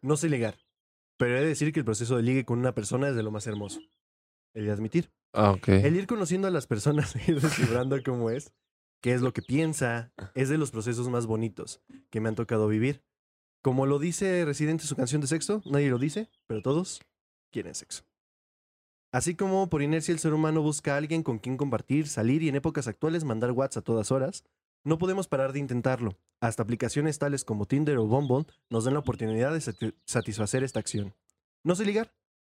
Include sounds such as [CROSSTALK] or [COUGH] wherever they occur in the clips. No sé ligar, pero he de decir que el proceso de ligue con una persona es de lo más hermoso. El de admitir. Ah, ok. El ir conociendo a las personas, [LAUGHS] ir descifrando cómo es, qué es lo que piensa, es de los procesos más bonitos que me han tocado vivir. Como lo dice Residente en su canción de sexo, nadie lo dice, pero todos quieren sexo. Así como por inercia el ser humano busca a alguien con quien compartir, salir y en épocas actuales mandar WhatsApp a todas horas, no podemos parar de intentarlo. Hasta aplicaciones tales como Tinder o Bumble nos dan la oportunidad de sati- satisfacer esta acción. No sé ligar.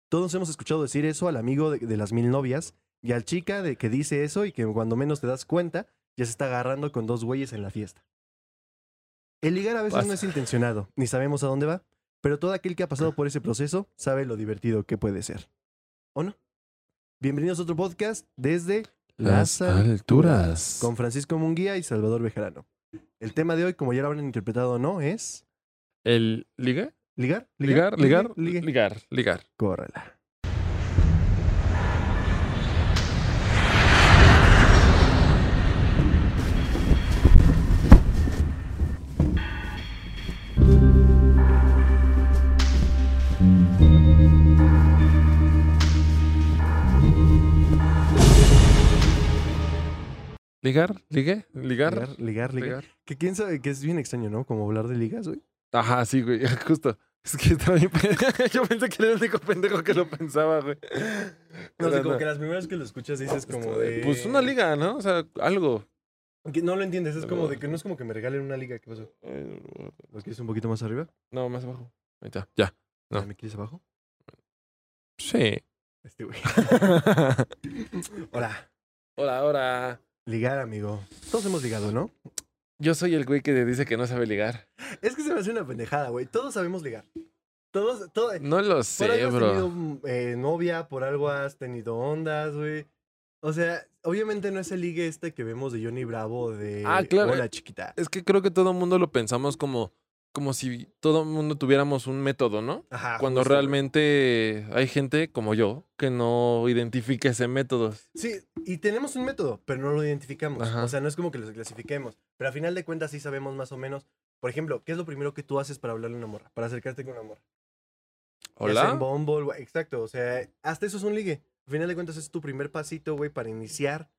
Todos hemos escuchado decir eso al amigo de, de las mil novias y al chica de que dice eso y que cuando menos te das cuenta ya se está agarrando con dos güeyes en la fiesta. El ligar a veces Pasa. no es intencionado, ni sabemos a dónde va, pero todo aquel que ha pasado por ese proceso sabe lo divertido que puede ser. ¿O no? Bienvenidos a otro podcast desde Las alturas. con Francisco Munguía y Salvador Bejarano. El tema de hoy, como ya lo habrán interpretado o no, es ¿El liga? ligar, ¿Ligar? ¿Ligar? ligue, Ligar, ligue. ligar. Córrela. ¿Ligar? ¿Ligue? ¿Ligar? Ligar, ligar, ligar. ¿Ligar? Que quién sabe que es bien extraño, ¿no? Como hablar de ligas, güey. Ajá, sí, güey, [LAUGHS] justo. Es que estaba bien pendejo. [LAUGHS] Yo pensé que era el único pendejo que lo pensaba, güey. No Pero sé, como que las primeras que lo escuchas dices como de. Pues una liga, ¿no? O sea, algo. Que no lo entiendes, es como de que no es como que me regalen una liga. ¿Qué pasó? Eh, ¿Los quieres un poquito más arriba? No, más abajo. Ahí está, ya. No. Ah, ¿Me quieres abajo? Sí. Este [LAUGHS] güey. Hola. hola, hola. Ligar, amigo. Todos hemos ligado, ¿no? Yo soy el güey que te dice que no sabe ligar. Es que se me hace una pendejada, güey. Todos sabemos ligar. Todos, todo, No lo Por sé, algo has tenido bro. mm, eh, novia, por algo has tenido ondas, güey. O sea, obviamente no es el ligue este que vemos de Johnny Bravo de Ah, claro. Hola chiquita. Es que creo que todo el mundo lo pensamos como, como si todo el mundo tuviéramos un método, ¿no? Ajá, Cuando Ah, justo, güey. realmente hay gente como yo que no identifica ese método. Sí, y tenemos un método, pero no lo identificamos. Ajá. O sea, no es como que los clasifiquemos. Pero al final de cuentas sí sabemos más o menos. Por ejemplo, ¿qué es lo primero que tú haces para hablarle a una morra? Para acercarte con una morra. Ya sea En Hola. Bumble, güey, exacto. O sea, hasta eso es un ligue. Al final de cuentas es tu primer pasito, güey, para iniciar.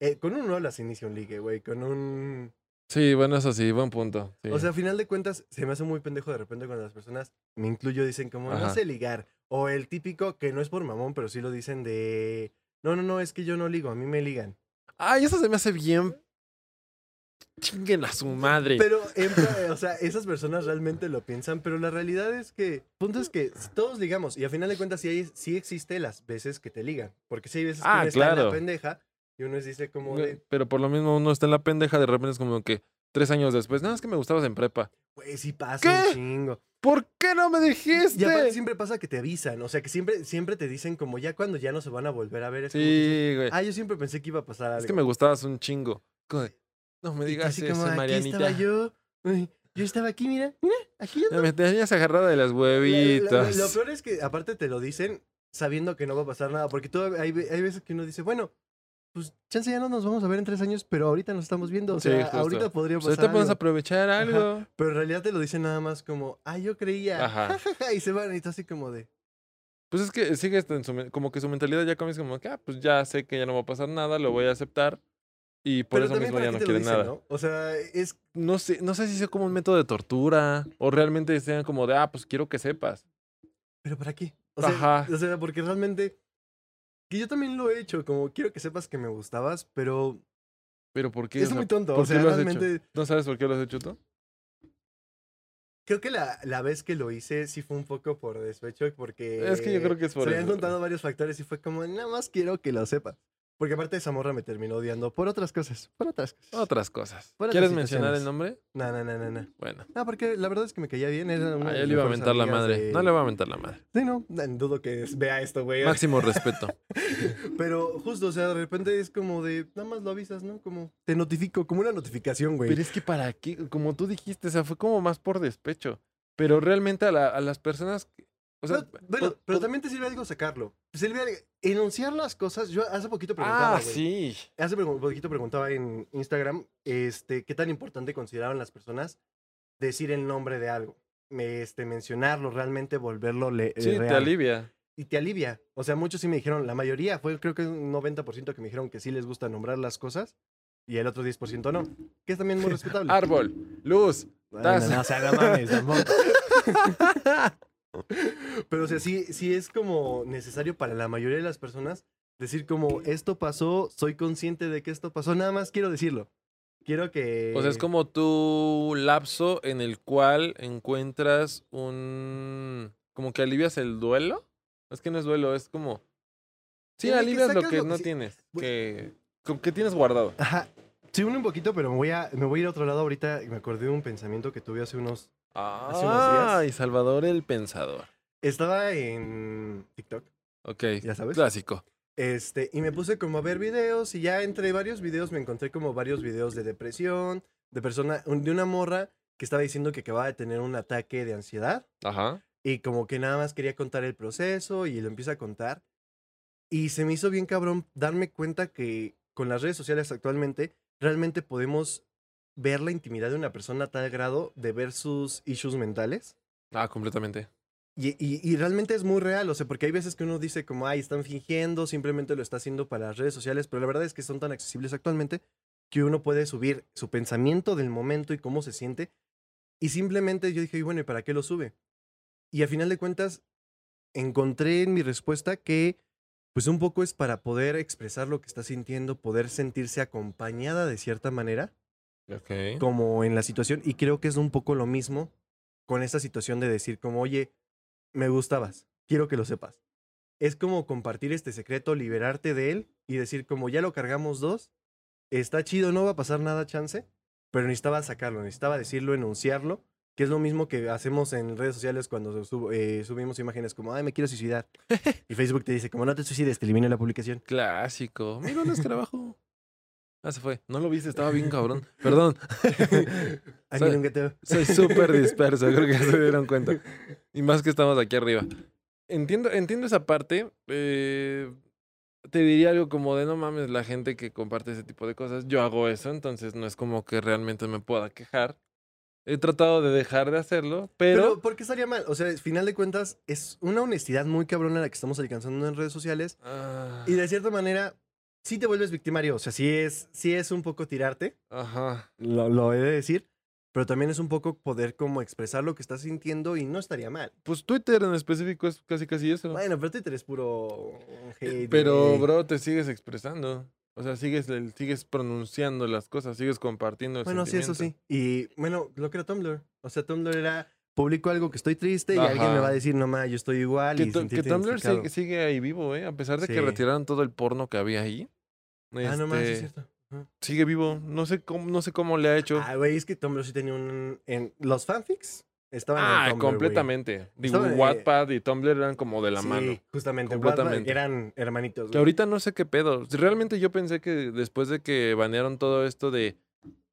Eh, con un hola se inicia un ligue, güey. Con un... Sí, bueno, eso sí, buen punto. sí. O sea, a final de cuentas, se me hace muy pendejo de repente cuando las personas, me incluyo, dicen como, no Ajá. sé ligar. O el típico, que no es por mamón, pero sí lo dicen de, no, no, no, es que yo no ligo, a mí me ligan. Ay, eso se me hace bien. Chinguen a su madre. Pero, [LAUGHS] en pro- o sea, esas personas realmente lo piensan, pero la realidad es que, punto es que todos ligamos, y a final de cuentas sí, hay, sí existe las veces que te ligan. Porque sí hay veces que Ah, uno está en claro. la pendeja y uno dice como de, Pero por lo mismo uno está en la pendeja, de repente es como que tres años después, no, es que me gustabas en prepa. pues sí pasa ¿Qué? un chingo. ¿Por qué este? no me dijiste? Y aparte siempre pasa que te avisan, o sea, que siempre, siempre te dicen como ya cuando ya no se van a volver a ver. Es como que dices, Sí, güey. Ah, yo siempre pensé que iba a pasar algo. Es que me gustabas un chingo. Como de, No me Y tú digas así eso, como, aquí Marianita. estaba yo. uy, Yo estaba aquí, mira, mira, aquí yo. Me tenías agarrada de las Lo, lo- huevitas. lo peor es que aparte te lo dicen sabiendo que no va a pasar nada, porque todo, hay, ve- hay veces que uno dice, bueno, pues chance ya no nos vamos a ver en tres años, pero ahorita nos estamos viendo, o Sí, sea, justo. ahorita podría Pues pasar ahorita podemos algo. aprovechar algo. Pero en realidad te lo dicen nada más como, ah, yo creía, Ajá. [LAUGHS] y se van y tú así como de, Pues es que sigue hasta en su men- como que su mentalidad ya comienza como que, ah, pues ya sé que ya no va a pasar nada, lo voy a aceptar. Y por pero eso también mismo para qué ya no te lo quiere dicen, nada. ¿no? O sea, es no sé, no sé si sea como un método de tortura o realmente sean como de, ah, pues quiero que sepas. ¿Pero para qué? O sea, Ajá. o sea, porque realmente. Que yo también lo he hecho, como quiero que sepas que me gustabas, pero Pero ¿por qué? O es sea, muy tonto. ¿por O qué sea, lo has realmente. hecho? ¿No sabes por qué lo has hecho tú? Creo que la, la vez que lo hice sí fue un poco por despecho, porque. Es que yo creo que es por Se habían eso. contado varios factores y fue como, nada más quiero que lo sepas. Porque aparte esa morra me terminó odiando por otras cosas, por otras cosas. Otras cosas. Fuera de ¿Quieres las mencionar el situaciones. nombre? No, no, no, no, no. Bueno. No, porque la verdad es que me caía bien. Era una Ah, de ya mis le iba a mejores mentar la amigas madre. de- No le va a mentar [LAUGHS] la madre. Sí, no, dudo que vea esto, güey. Máximo respeto. [LAUGHS] Pero justo, o sea, de repente es como de, nada más lo avisas, ¿no? Como, te notifico, como una notificación, Pero güey. es que para qué, como tú dijiste, o sea, fue como más por despecho. Pero realmente a, la- a las personas. que- O sea, Pero- bueno, po- pero po- también te sirve algo sacarlo. Te sirve algo- enunciar las cosas. Yo hace poquito preguntaba, Ah, güey. sí. Hace pregu- poquito preguntaba en Instagram, este, qué tan importante consideraban las personas decir el nombre de algo. me- este, mencionarlo, realmente volverlo le- eh, Sí, te real. alivia. Y te alivia. O sea, muchos sí me dijeron, la mayoría, fue creo que un 90% que me dijeron que sí les gusta nombrar las cosas y el otro 10% no, que es [LAUGHS] también muy respetable. Árbol, luz. Bueno, Taza. no, o sea, no mames, tampoco. [LAUGHS] Pero, o sea, sí, sí es como necesario para la mayoría de las personas decir como, esto pasó, soy consciente de que esto pasó, nada más quiero decirlo. Quiero que... O sea, es como tu lapso en el cual encuentras un... Como que alivias el duelo. Es que no es duelo, es como... Sí, Sí, que alivias lo sacas que lo- no sí, tienes, bu- que, con- que tienes guardado. Ajá. Sí, une un poquito, pero me voy, a, me voy a ir a otro lado ahorita. Me acordé de un pensamiento que tuve hace unos... unos días. Ah, y Salvador el Pensador. Estaba en TikTok, Ok, ya sabes. clásico. Este, y me puse como a ver videos y ya entre varios videos me encontré como varios videos de depresión, de persona, un- de una morra que estaba diciendo que acababa de tener un ataque de ansiedad Ajá. y como que nada más quería contar el proceso y lo empieza a contar. Y se me hizo bien cabrón darme cuenta que con las redes sociales actualmente realmente podemos ver la intimidad de una persona a tal grado de ver sus issues mentales. Ah, completamente. Y, y- y realmente es muy real, o sea, porque hay veces que uno dice como, ay, están fingiendo, simplemente lo está haciendo para las redes sociales, pero la verdad es que son tan accesibles actualmente que uno puede subir su pensamiento del momento y cómo se siente. Y simplemente yo dije, "Y bueno, ¿y para qué lo sube? Y al final de cuentas, encontré en mi respuesta que, pues un poco es para poder expresar lo que está sintiendo, poder sentirse acompañada de cierta manera Ok. como en la situación y creo que es un poco lo mismo con esta situación de decir como, oye, me gustabas, quiero que lo sepas. Es como compartir este secreto, liberarte de él y decir como ya lo cargamos dos, está chido, no va a pasar nada chance, pero necesitaba sacarlo, necesitaba decirlo, enunciarlo, que es lo mismo que hacemos en redes sociales cuando sub- eh, subimos imágenes como, ay, me quiero suicidar. y Facebook te dice como, no te suicides, te elimina la publicación. [LAUGHS] Clásico. Mira un escarabajo. Ah, se fue. No lo viste, estaba bien cabrón. Perdón. Ay, Soy- mira un gateo. Soy súper disperso, creo que ya se dieron cuenta. Y más que estamos aquí arriba. Entiendo, entiendo esa parte. eh, te diría algo como de no mames, la gente que comparte ese tipo de cosas. Yo hago eso, entonces no es como que realmente me pueda quejar. He tratado de dejar de hacerlo, pero. Pero, ¿por qué estaría mal? O sea, al final de cuentas, es una honestidad muy cabrona la que estamos alcanzando en redes sociales. Ah, Y de cierta manera, sí te vuelves victimario. O sea, sí es, sí es un poco tirarte, Ajá. lo, lo he de decir. Pero también es un poco poder como expresar lo que estás sintiendo y no estaría mal. Pues Twitter en específico es casi casi eso. Bueno, pero Twitter es puro hate, Eh, Pero, güey. bro, te sigues expresando. O sea, sigues, el- sigues pronunciando las cosas, sigues compartiendo el Bueno, sí, eso sí. sentimiento. Y bueno, lo que era Tumblr. O sea, Tumblr era publico algo que estoy triste y alguien me Ajá. va a decir, no ma, yo estoy igual. Que, y tu- que sentirte Tumblr identificado". sigue, sigue ahí vivo, ¿eh? A pesar de Sí. que retiraron todo el porno que había ahí. Ah, no más, es este, cierto. Ajá. Sigue vivo. No sé cómo, no sé cómo le ha hecho. Ah, güey, es que Tumblr sí tenía un... En, los fanfics estaban en Ah, Tumblr, güey. completamente. Digo, Estaba, eh, Wattpad y Tumblr eran como de la mano. Sí, justamente. Completamente. Completamente. Eran hermanitos. Que güey. ahorita no sé qué pedo. Realmente yo pensé que después de que banearon todo esto de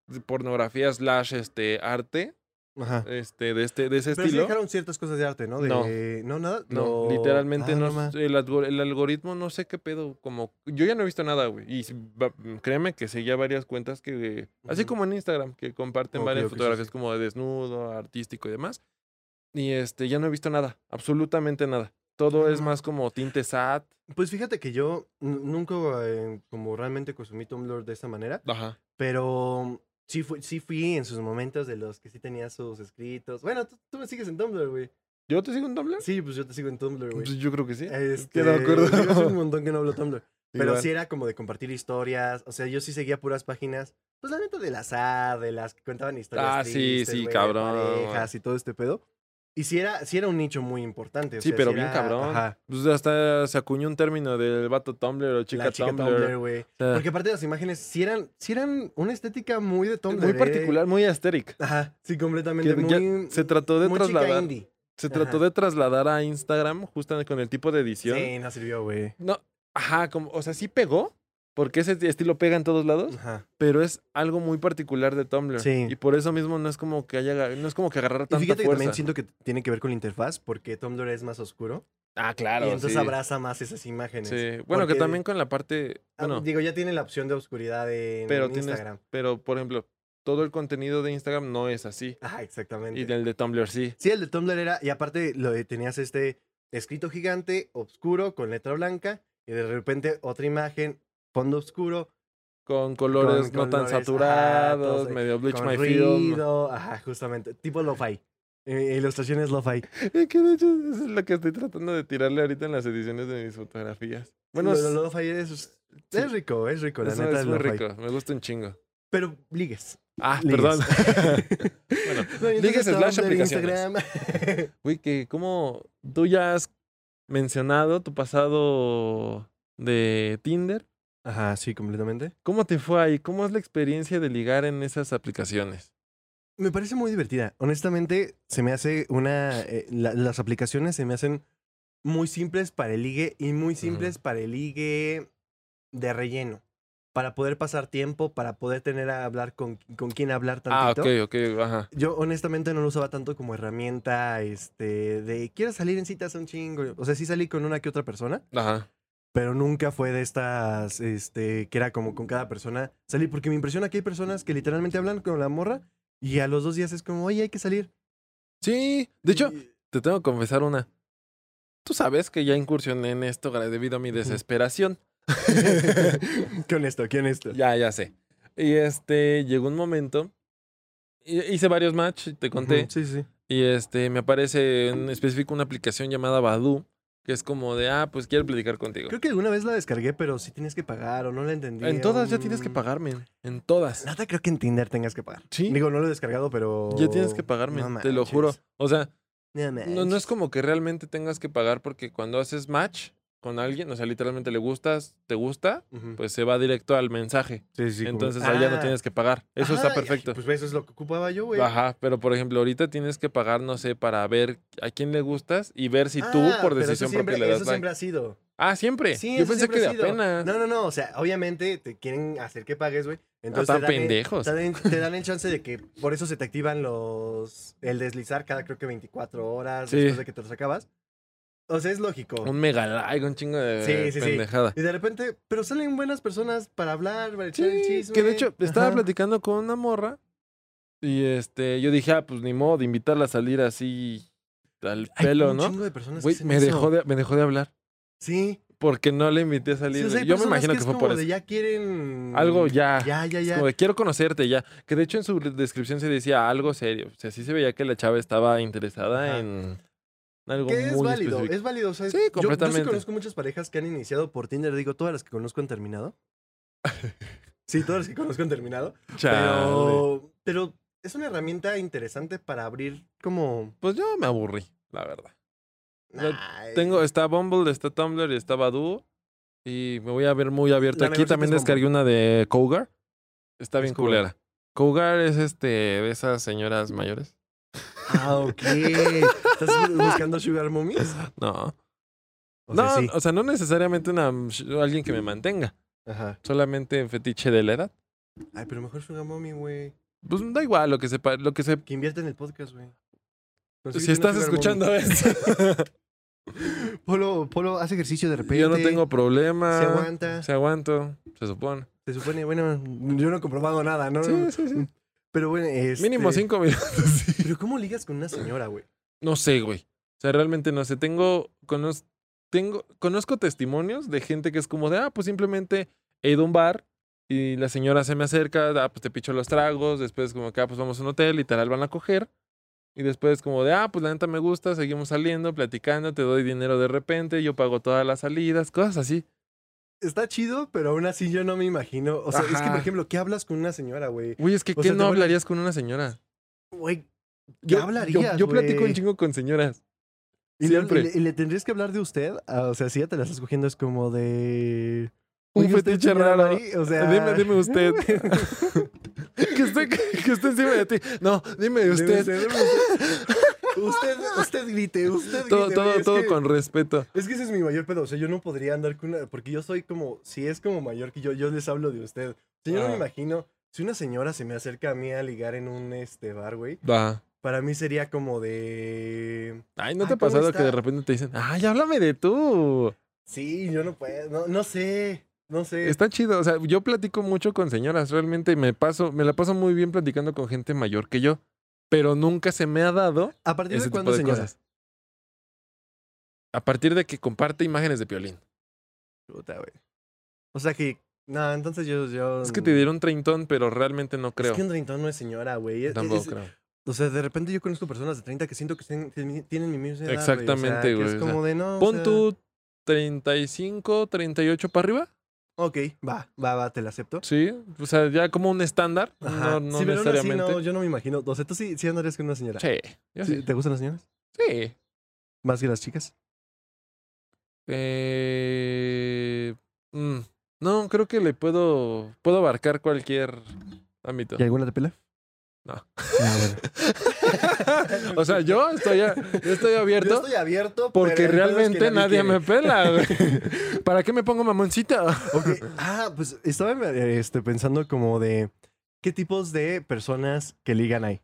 de pornografía slash este arte, Ajá. este, de este, de ese Pero sí estilo. dejaron ciertas cosas de arte, ¿no? De- no. nada. No, Lo- literalmente Ah, no. ma. el, algor- el algoritmo no sé qué pedo. Como yo ya no he visto nada, güey. Y si- va- créeme que seguía varias cuentas que, así Ujú. como en Instagram, que comparten Ok, varias ok, sí, fotografías sí. como de desnudo, artístico y demás. Y este, ya no he visto nada, absolutamente nada. Todo es Ah. más como tinte sad. Pues fíjate que yo n- nunca eh, como realmente consumí Tumblr de esta manera, Ajá. pero sí fui, sí fui en sus momentos de los que sí tenía sus escritos. Bueno, tú, tú me sigues en Tumblr, ¿Eh? güey. ¿Yo te sigo en Tumblr? Sí, pues yo te sigo en Tumblr, güey. Pues yo creo que sí. Este, de acuerdo. digo, hace [LAUGHS] un montón que no hablo Tumblr. Pero Igual. sí era como de compartir historias. O sea, yo sí seguía puras páginas. Pues la neta del azar, de las que contaban historias. Ah, sí, tristes, sí, güey, de cabrón, Parejas y todo este pedo. Y sí era, sí era un nicho muy importante. o [LAUGHS] Sí, sea, pero sí bien era- cabrón. ajá, Pues hasta se acuñó un término del vato Tumblr o chica, la chica Tumblr. Tumblr, [LAUGHS] güey. O sea, Porque aparte las imágenes sí eran, sí eran una estética muy de Tumblr. muy ¿eh? particular, muy asteric. Ajá, sí, Que completamente. ya muy, se trató de muy chica trasladar. indie. Se Ajá. trató de trasladar a Instagram justamente con el tipo de edición. Sí, no sirvió, güey. No, ajá, como, o sea, sí pegó, porque ese estilo pega en todos lados, Ajá. pero es algo muy particular de Tumblr. Sí. Y por eso mismo no es como que haya, aga- no es como que agarrar Y tanta fíjate que fuerza. también siento que tiene que ver con la interfaz, porque Tumblr es más oscuro. Ah, claro. y entonces sí. abraza más esas imágenes. Sí. Bueno, Porque- que también con la parte, Ah, bueno, Digo, ya tiene la opción de oscuridad en Pero tienes- Instagram. [LAUGHS] pero por ejemplo, todo el contenido de Instagram no es así. Ah, exactamente. Y del de Tumblr sí. Sí, el de Tumblr era, y aparte lo de- tenías este escrito gigante, oscuro, con letra blanca, y de repente otra imagen, fondo oscuro, Con colores no tan colores, ajá, saturados, todos de- medio Bleach con My Field. ruido, ajá, justamente, tipo lo-fi, eh, ilustraciones lo-fi. Es que de hecho eso es lo que estoy tratando de tirarle ahorita en las ediciones de mis fotografías. Bueno, lo, es- lo- lo-fi es, es sí, rico, es rico, la eso neta es el muy lo-fi. rico. Me gusta un chingo. Pero ligues. Ah, ligues. [LAUGHS] perdón. bueno, ligues slash Instagram. [LAUGHS] Güey, que como tú ya has mencionado tu pasado de Tinder, Ajá, sí, completamente. ¿cómo te fue ahí? ¿Cómo es la experiencia de ligar en esas aplicaciones? Me parece muy divertida. Honestamente, se me hace una. eh, la- las aplicaciones se me hacen muy simples para el ligue y muy simples para el ligue de relleno. Para poder pasar tiempo, para poder tener a hablar con, con quién hablar Ah, tantito. ok, ok, ajá. Yo honestamente no lo usaba tanto como herramienta este, de quieres salir en citas un chingo. O sea, sí salí con una que otra persona, Ajá. pero nunca fue de estas este, que era como con cada persona salir. Porque me impresiona que hay personas que literalmente hablan con la morra y a los dos días es como, oye, hay que salir. Sí, de hecho, Y- te tengo que confesar una. Tú sabes que ya incursioné en esto gra- debido a mi desesperación. [LAUGHS] ¿Qué honesto? ¿Qué honesto? Ya, ya sé. Y este, llegó un momento, y- hice varios match, te conté. Ujú, Sí, sí. Y este, me aparece en específico una aplicación llamada Badoo, que es como de, ah, pues quiero platicar contigo. Creo que alguna vez la descargué, pero sí tienes que pagar o no la entendí. En todas ya tienes que mm. pagarme. En todas. Nada, creo que en Tinder tengas que pagar. Sí. Digo, no lo he descargado, pero. Ya tienes que pagarme, Oh, No te lo manches. juro. O sea, No, no, no es manches. como que realmente tengas que pagar porque cuando haces match con alguien, o sea, literalmente le gustas, te gusta, Ujú. pues se va directo al mensaje. Sí, sí, como- Entonces allá no Ah, tienes que pagar. ajá, Eso está ay, ay, perfecto. Pues eso es lo que ocupaba yo, güey. Ajá, pero por ejemplo, ahorita tienes que pagar, no sé, para ver a quién le gustas y ver si Ah, tú por pero eso decisión siempre- propia le das Eso like. siempre ha sido. Ah, siempre. Sí, Yo eso pensé siempre que de ha sido. apenas. No, no, no. O sea, obviamente te quieren hacer que pagues, güey. Entonces tan te dan el- pendejos. Te dan, te dan el chance de que por eso se te activan los. El deslizar cada creo que 24 horas Sí. después de que te los acabas. O sea, es lógico. Un mega like, un chingo de Sí, sí, sí. pendejada. Y de repente, pero salen buenas personas para hablar, para Sí, echar el chisme. que de hecho estaba Ajá. platicando con una morra y este yo dije, ah, pues ni modo, de invitarla a salir así al Hay pelo, un ¿no? chingo de personas que Güey, hacen me eso. dejó de, me dejó de hablar Sí. porque no le invité a sí, salir. o sea, güey. hay yo me personas imagino que, es fue como por eso. de ya quieren. Algo ya. Ya, ya, Es ya. Como de, quiero conocerte ya. Que de hecho en su descripción se decía algo serio. O sea, sí se veía que la chava estaba interesada Ajá. en algo Que es muy válido, específico. es válido. O sea, Sí, yo- Yo, completamente. sí conozco muchas parejas que han iniciado por Tinder, digo, todas las que conozco han [LAUGHS] terminado. sí, todas las que conozco han terminado. Chale. Pero, pero es una herramienta interesante para abrir como... Pues yo me aburrí, la verdad. Yo Ay, Tengo, está Bumble, está Tumblr y está Badoo. Y me voy a ver muy abierto. La Aquí mejorcita también es Bumble. descargué una de Cougar. Está Es bien Cougar. culera. Cougar es este de esas señoras mayores. Ah, ok. ¿Estás buscando Sugar Mummies? No. O no, sea, sí. o sea, no necesariamente una alguien que me mantenga. Ajá. Solamente fetiche de la edad. Ay, pero mejor Sugar Mommy, güey. Pues da igual lo que se pa- lo que se Que invierte en el podcast, güey. si Consíguete una estás sugar escuchando esto. [LAUGHS] mommy. Polo, Polo hace ejercicio de repente. Yo no tengo problema. Se aguanta. Se aguanto, se supone. Se supone, bueno, yo no he comprobado nada, ¿no? Sí, sí, sí. Pero bueno, este... Mínimo cinco minutos. [LAUGHS] sí. Pero ¿cómo ligas con una señora, güey? No sé, güey. O sea, realmente no sé. Tengo, conoz- tengo, conozco testimonios de gente que es como de, ah, pues simplemente he ido a un bar y la señora se me acerca, ah, pues te picho los tragos, después como que, ah, pues vamos a un hotel, literal van a coger. Y después como de, ah, pues la neta me gusta, seguimos saliendo, platicando, te doy dinero de repente, yo pago todas las salidas, cosas así. Está chido, pero aún así yo no me imagino. O sea, es que, Ajá. por ejemplo, ¿qué hablas con una señora, güey? Güey, es que, O sea, ¿qué te no vuelves- hablarías con una señora? Güey, ¿Qué Yo, yo- hablarías, yo platico güey? un chingo con señoras. Y le, Siempre. y le- y le tendrías que hablar de usted. ah, O sea, si ya te la estás cogiendo, es como de. Un "Oiga, ¿usted fetiche señora raro. Marí?" O sea, Dime, [LAUGHS] dime usted. que, esté, que esté encima de ti. No, dime dime usted. usted, dime usted. [LAUGHS] usted, usted grite, usted todo grite, todo, güey, es todo que- con respeto. Es que ese es mi mayor pedo. O sea, yo no podría andar con una. Porque yo soy como. Si es como mayor que yo, yo les hablo de usted. O sea, yo no Ah. me imagino. Si una señora se me acerca a mí a ligar en un este bar, güey, Va. para mí sería como de. Ay, ¿no Ay, te ha ¿cómo pasado que está? de repente te dicen, ay, háblame de tú? Sí, yo no puedo. No, no sé. No sé. Está chido, o sea, yo platico mucho con señoras, realmente me paso, me la paso muy bien platicando con gente mayor que yo, pero nunca se me ha dado ¿A partir ese de tipo cuándo, de señora? cosas. A partir de que comparte imágenes de Piolín. Puta, güey. O sea que. No, entonces yo. yo Es que te dieron treintón, pero realmente no creo. Es que un treintón no es señora, güey. Es- Tampoco es- creo. O sea, de repente yo conozco personas de 30 que siento que tienen, tienen mi misma edad. güey. O sea, Exactamente, que güey, Es o como de no. o Pon sea, tu 35, 38 para arriba. Ok, va, va, va, te la acepto. Sí, o sea, ya como un estándar, Ajá. no, no Sí, pero aún así, necesariamente. no, yo no me imagino. O sea, tú sí, sí andarías con una señora. Sí, yo Sí, sí. ¿Te gustan las señoras? sí. ¿Más que las chicas? Eh, mm, no, creo que le puedo, puedo abarcar cualquier ámbito. ¿Y alguna te pela? No. [LAUGHS] Ah, [LAUGHS] bueno. o sea, yo estoy, a- yo estoy abierto Yo estoy abierto. porque pero el pedo es que realmente nadie quiere. [LAUGHS] me pela. güey. ¿Para qué me pongo mamoncita? Ok, Ah, pues estaba eh, este, pensando como de qué tipos de personas que ligan hay.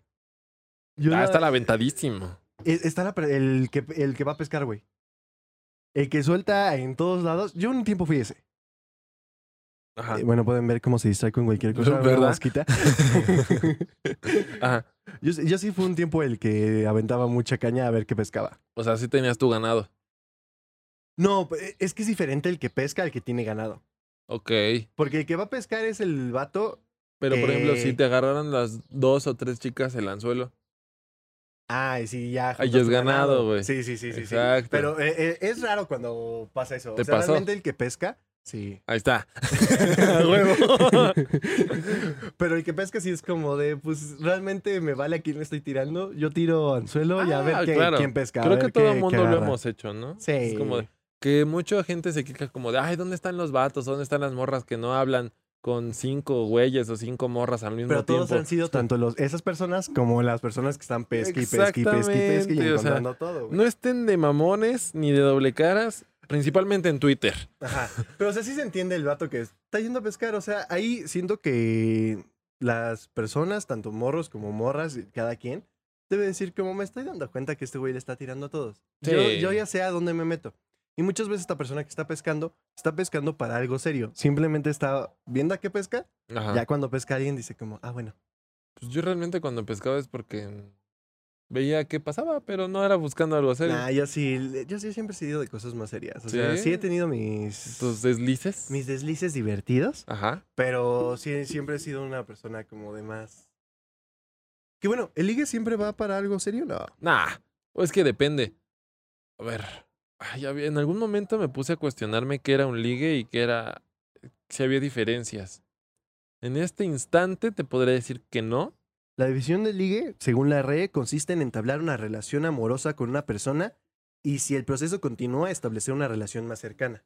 Yo Ah, la- está la aventadísimo. es- está la per- el, que, el que va a pescar, güey. El que suelta en todos lados. Yo un tiempo fui ese. Ajá. Eh, bueno, pueden ver cómo se distrae con [LAUGHS] cualquier cosa. una Ah. ¿Verdad? mosquita. [LAUGHS] Ajá. yo, sí- yo sí fui un tiempo el que aventaba mucha caña a ver qué pescaba. O sea, sí tenías tu ganado. No, pe- es que es diferente el que pesca al que tiene ganado. Ok. Porque el que va a pescar es el vato Pero, por ejemplo, si Eh. te agarraron las dos o tres chicas el anzuelo. Ay, sí, ya. Ay, juntas es tu ganado, güey. Sí, sí, sí, sí. sí. Exacto. Pero eh, eh, es raro cuando pasa eso. ¿Te o sea, pasó? realmente el que pesca, sí. [LAUGHS] Ahí está. [LAUGHS] A [LAUGHS] huevo. Pero el que pesca sí es como de, pues realmente me vale a quién le estoy tirando. Yo tiro anzuelo y a Ah, ver qué- claro. quién pesca. a Creo ver que todo qué- el qué mundo lo agarra. hemos hecho, ¿no? Sí. Es como de- que mucha gente se queja como de, ay, ¿dónde están los vatos? ¿Dónde están las morras que no hablan con cinco güeyes o cinco morras al mismo Pero todos tiempo? han sido tanto los, esas personas como las personas que están pesca y pesca y pesca y pesca y Exactamente, o sea, encontrando todo. güey. No estén de mamones ni de doble caras, principalmente en Twitter. [LAUGHS] Ajá. Pero, o sea, sí se entiende el vato que está yendo a pescar. O sea, ahí siento que las personas, tanto morros como morras, cada quien, debe decir como me estoy dando cuenta que este güey le está tirando a todos. Yo, Sí. yo ya sé a dónde me meto. Y muchas veces esta persona que está pescando, está pescando para algo serio. Simplemente está viendo a qué pesca. Ajá. Ya cuando pesca alguien dice como, ah, bueno. Pues yo realmente cuando pescaba es porque veía qué pasaba, pero no era buscando algo serio. Nah, yo sí, yo sí siempre he sido de cosas más serias. O sea, ¿Sí? sí he tenido mis, Tus deslices. mis deslices divertidos. Ajá. Pero sí, siempre he sido una persona como de más. Que bueno, ¿el ligue siempre va para algo serio? No. Nah. O es que depende. A ver. ay, había- en algún momento me puse a cuestionarme qué era un ligue y qué era. si había diferencias. En este instante te podría decir que no. La división del ligue, según la RE, consiste en entablar una relación amorosa con una persona y si el proceso continúa, establecer una relación más cercana.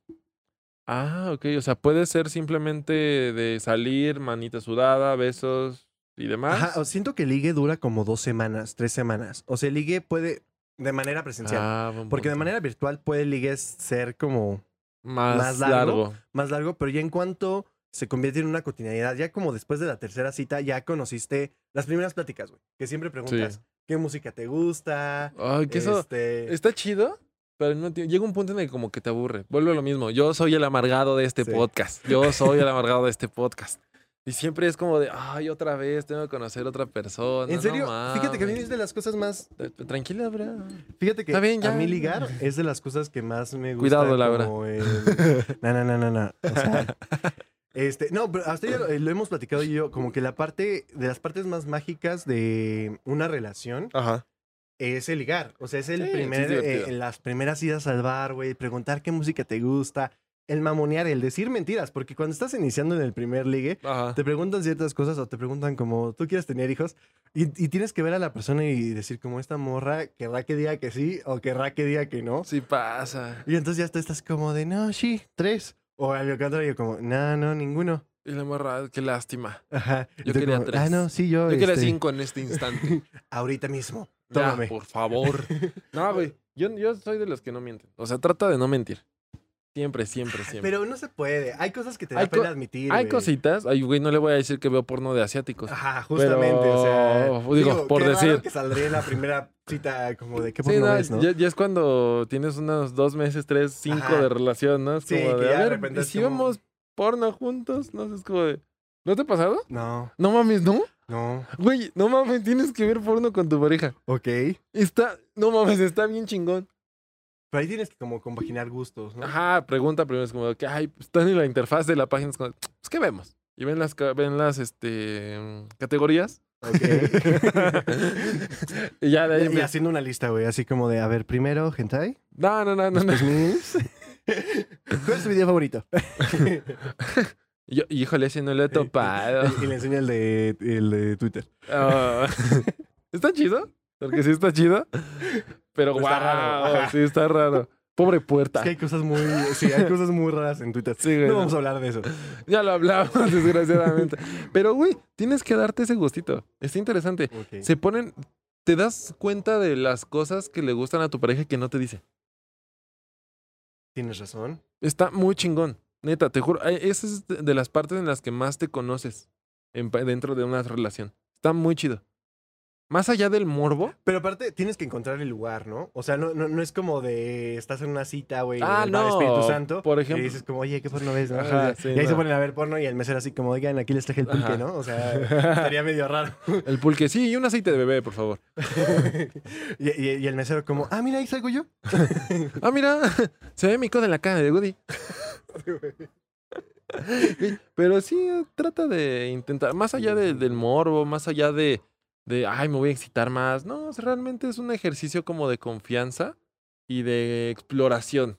Ah, ok. O sea, puede ser simplemente de salir, manita sudada, besos y demás. Ajá, o siento que el ligue dura como dos semanas, tres semanas. O sea, el ligue puede, de manera presencial, Ah, buen porque de punto. manera virtual puede el ligue ser como más, más largo. largo. más largo, pero ya en cuanto se convierte en una cotidianidad, ya como después de la tercera cita, ya conociste las primeras pláticas, güey, que siempre preguntas, ¿qué música te gusta? Ay, que eso. Este, Está chido, pero al mismo tiempo- llega un punto en el que como que te aburre. Vuelve a lo mismo. Yo soy el amargado de este Sí. podcast. Yo soy el amargado de este podcast. Y siempre es como de, ay, otra vez, tengo que conocer otra persona. en no serio, fíjate que a mí mames". es de las cosas más, Tra- Tranquila, bro. fíjate que Está bien, ya. a mí ligar es de las cosas que más me gusta. Cuidado, Laura. como en- No, no, no, no, no. O [LAUGHS] sea, este, no, pero hasta ya lo, eh, lo hemos platicado yo, como que la parte, de las partes más mágicas de una relación Ajá. es el ligar. O sea, es el Sí, sí, es primer, divertido. eh, las primeras idas al bar, güey, preguntar qué música te gusta, el mamonear, el decir mentiras, porque cuando estás iniciando en el primer ligue, Ajá. te preguntan ciertas cosas o te preguntan como, ¿tú quieres tener hijos? Y, y tienes que ver a la persona y decir como, esta morra querrá que diga que sí o querrá que diga que no. [LAUGHS] Sí pasa. Y entonces ya tú estás como de, no, sí, tres. O al contrario, como, no, no, ninguno. Y la morra, qué lástima. Ajá. Y Yo tú quería como, tres. Ah, no, sí, yo. Yo quería este, cinco en [LAUGHS] este instante. Ahorita mismo. Ya, Tómame. por [LAUGHS] favor. No, güey. Yo, yo soy de los que no mienten. O sea, trata de no mentir. Siempre, siempre, siempre. Pero no se puede. Hay cosas que te Hay da co- pena admitir. Hay güey. cositas. Ay, güey, no le voy a decir que veo porno de asiáticos. Ajá, justamente, o sea, Pero, digo, por qué raro decir. que saldría en la primera cita como de qué Sí, porno no, ves, ¿no? Ya, ya es cuando tienes unos dos meses, tres, cinco Ajá. de relación, ¿no? Es Sí, como que de, ya a de ver, repente ¿y es si como- vemos porno juntos. No sé, es como de. ¿No te ha pasado? No, No mames, ¿no? no. Güey, no mames, tienes que ver porno con tu pareja. Ok. Pero Está, no mames, está bien chingón. ahí tienes que como compaginar gustos, ¿no? Ajá, pregunta primero, es como de que, ay, pues, están en la interfaz de la página. Es como, pues, ¿qué vemos? Y ven las, ca- ven las, este, mm, categorías. Ok. [LAUGHS] y ya de ahí. y, empieza- haciendo una lista, güey. Así como de, a ver, primero, hentai. No, no, no, [LAUGHS] no, no. Después [LAUGHS] memes. ¿Cuál es tu video favorito? Y Yo, híjole, ese [LAUGHS] no lo he topado. Y le enseña el de, el de Twitter. Ah, [LAUGHS] está chido, porque sí está chido. Pero Pero wow, está raro, ajá. sí está raro. Pobre puerta. Es que hay cosas muy. Sí, hay cosas muy raras en Twitter. Sí, güey, no no. vamos a hablar de eso. Ya lo hablamos, [LAUGHS] desgraciadamente. Pero, güey, tienes que darte ese gustito. Está interesante. Ok. Se ponen. Te das cuenta de las cosas que le gustan a tu pareja y que no te dice. Tienes razón. Está muy chingón. Neta, te juro. ay, Esa es de- de las partes en las que más te conoces en pa- dentro de una relación. Está muy chido. Más allá del morbo. Pero aparte, tienes que encontrar el lugar, ¿no? O sea, no, no, no es como de estás en una cita, güey, Ah, en el bar no, Espíritu Santo. por Y ejemplo. dices como, oye, ¿qué porno [LAUGHS] ves? no?" Ajá, O sea, sí, y ahí se no. ponen a ver porno y el mesero así como, oigan, aquí les traje el Ajá. pulque, ¿no? O [LAUGHS] sea, estaría medio raro. [LAUGHS] El pulque, sí, y un aceite de bebé, por favor. y, y- y el mesero como, ah, mira, ahí salgo yo. Ah, mira, [LAUGHS] se ve mi codo en la cara de Woody. [LAUGHS] Güey, Pero sí, eh, trata de intentar, más allá de- del morbo, más allá de, de, ay, me voy a excitar más. No, es- realmente es un ejercicio como de confianza y de exploración.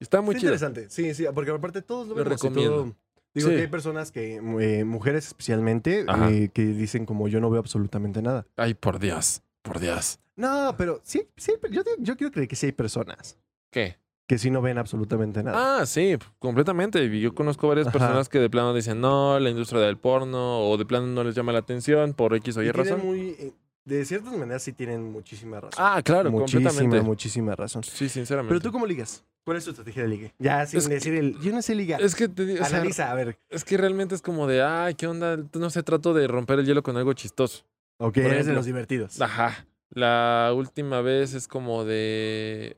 Está muy Está chido. interesante. Sí, sí, porque aparte todos lo Lo ven como si recomiendo. todo- Digo Sí. que hay personas que, eh, mujeres especialmente, Ajá. eh, que dicen como, yo no veo absolutamente nada. Ay, por Dios, por Dios. No, pero sí, sí, pero yo, yo quiero creer que sí hay personas ¿Qué? que sí no ven absolutamente nada. Ah, sí, p- completamente. Y Yo conozco varias Ajá. personas que de plano dicen, no, la industria del porno, o de plano no les llama la atención por X o Y tienen razón. muy, eh, de ciertas maneras sí tienen muchísima razón. Ah, claro, muchísima, completamente. muchísima razón. Sí, sinceramente. Pero tú cómo ligas? ¿Cuál es tu estrategia de ligue? Ya sin Es que- decir el, yo no sé ligar. Es que, te digo, o sea, Analiza, a ver. es que realmente es como de, ay, ¿qué onda? No se trato de romper el hielo con algo chistoso. Ok, por eres de ejemplo. los divertidos. Ajá. La última vez es como de...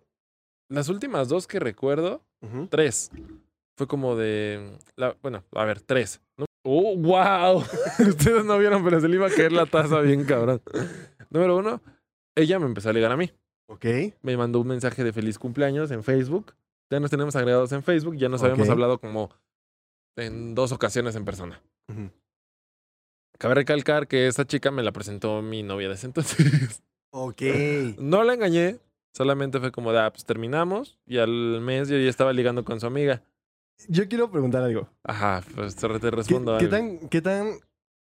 Las últimas dos que recuerdo, Ujú. tres. Fue como de... la- bueno, a ver, tres. ¿no? ¡Oh, wow! [LAUGHS] Ustedes no vieron, pero se le iba a caer la taza bien cabrón. Número uno, ella me empezó a ligar a mí. Ok. me mandó un mensaje de feliz cumpleaños en Facebook. Ya nos tenemos agregados en Facebook, ya nos habíamos Ok. hablado como en dos ocasiones en persona. Ujú. Cabe recalcar que esta chica me la presentó mi novia de ese entonces. [LAUGHS] Ok. no la engañé, solamente fue como de, ah, pues terminamos y al mes yo ya estaba ligando con su amiga. Yo quiero preguntar algo. Ajá, pues te te ¿Qué, respondo. qué al- tan, ¿Qué tan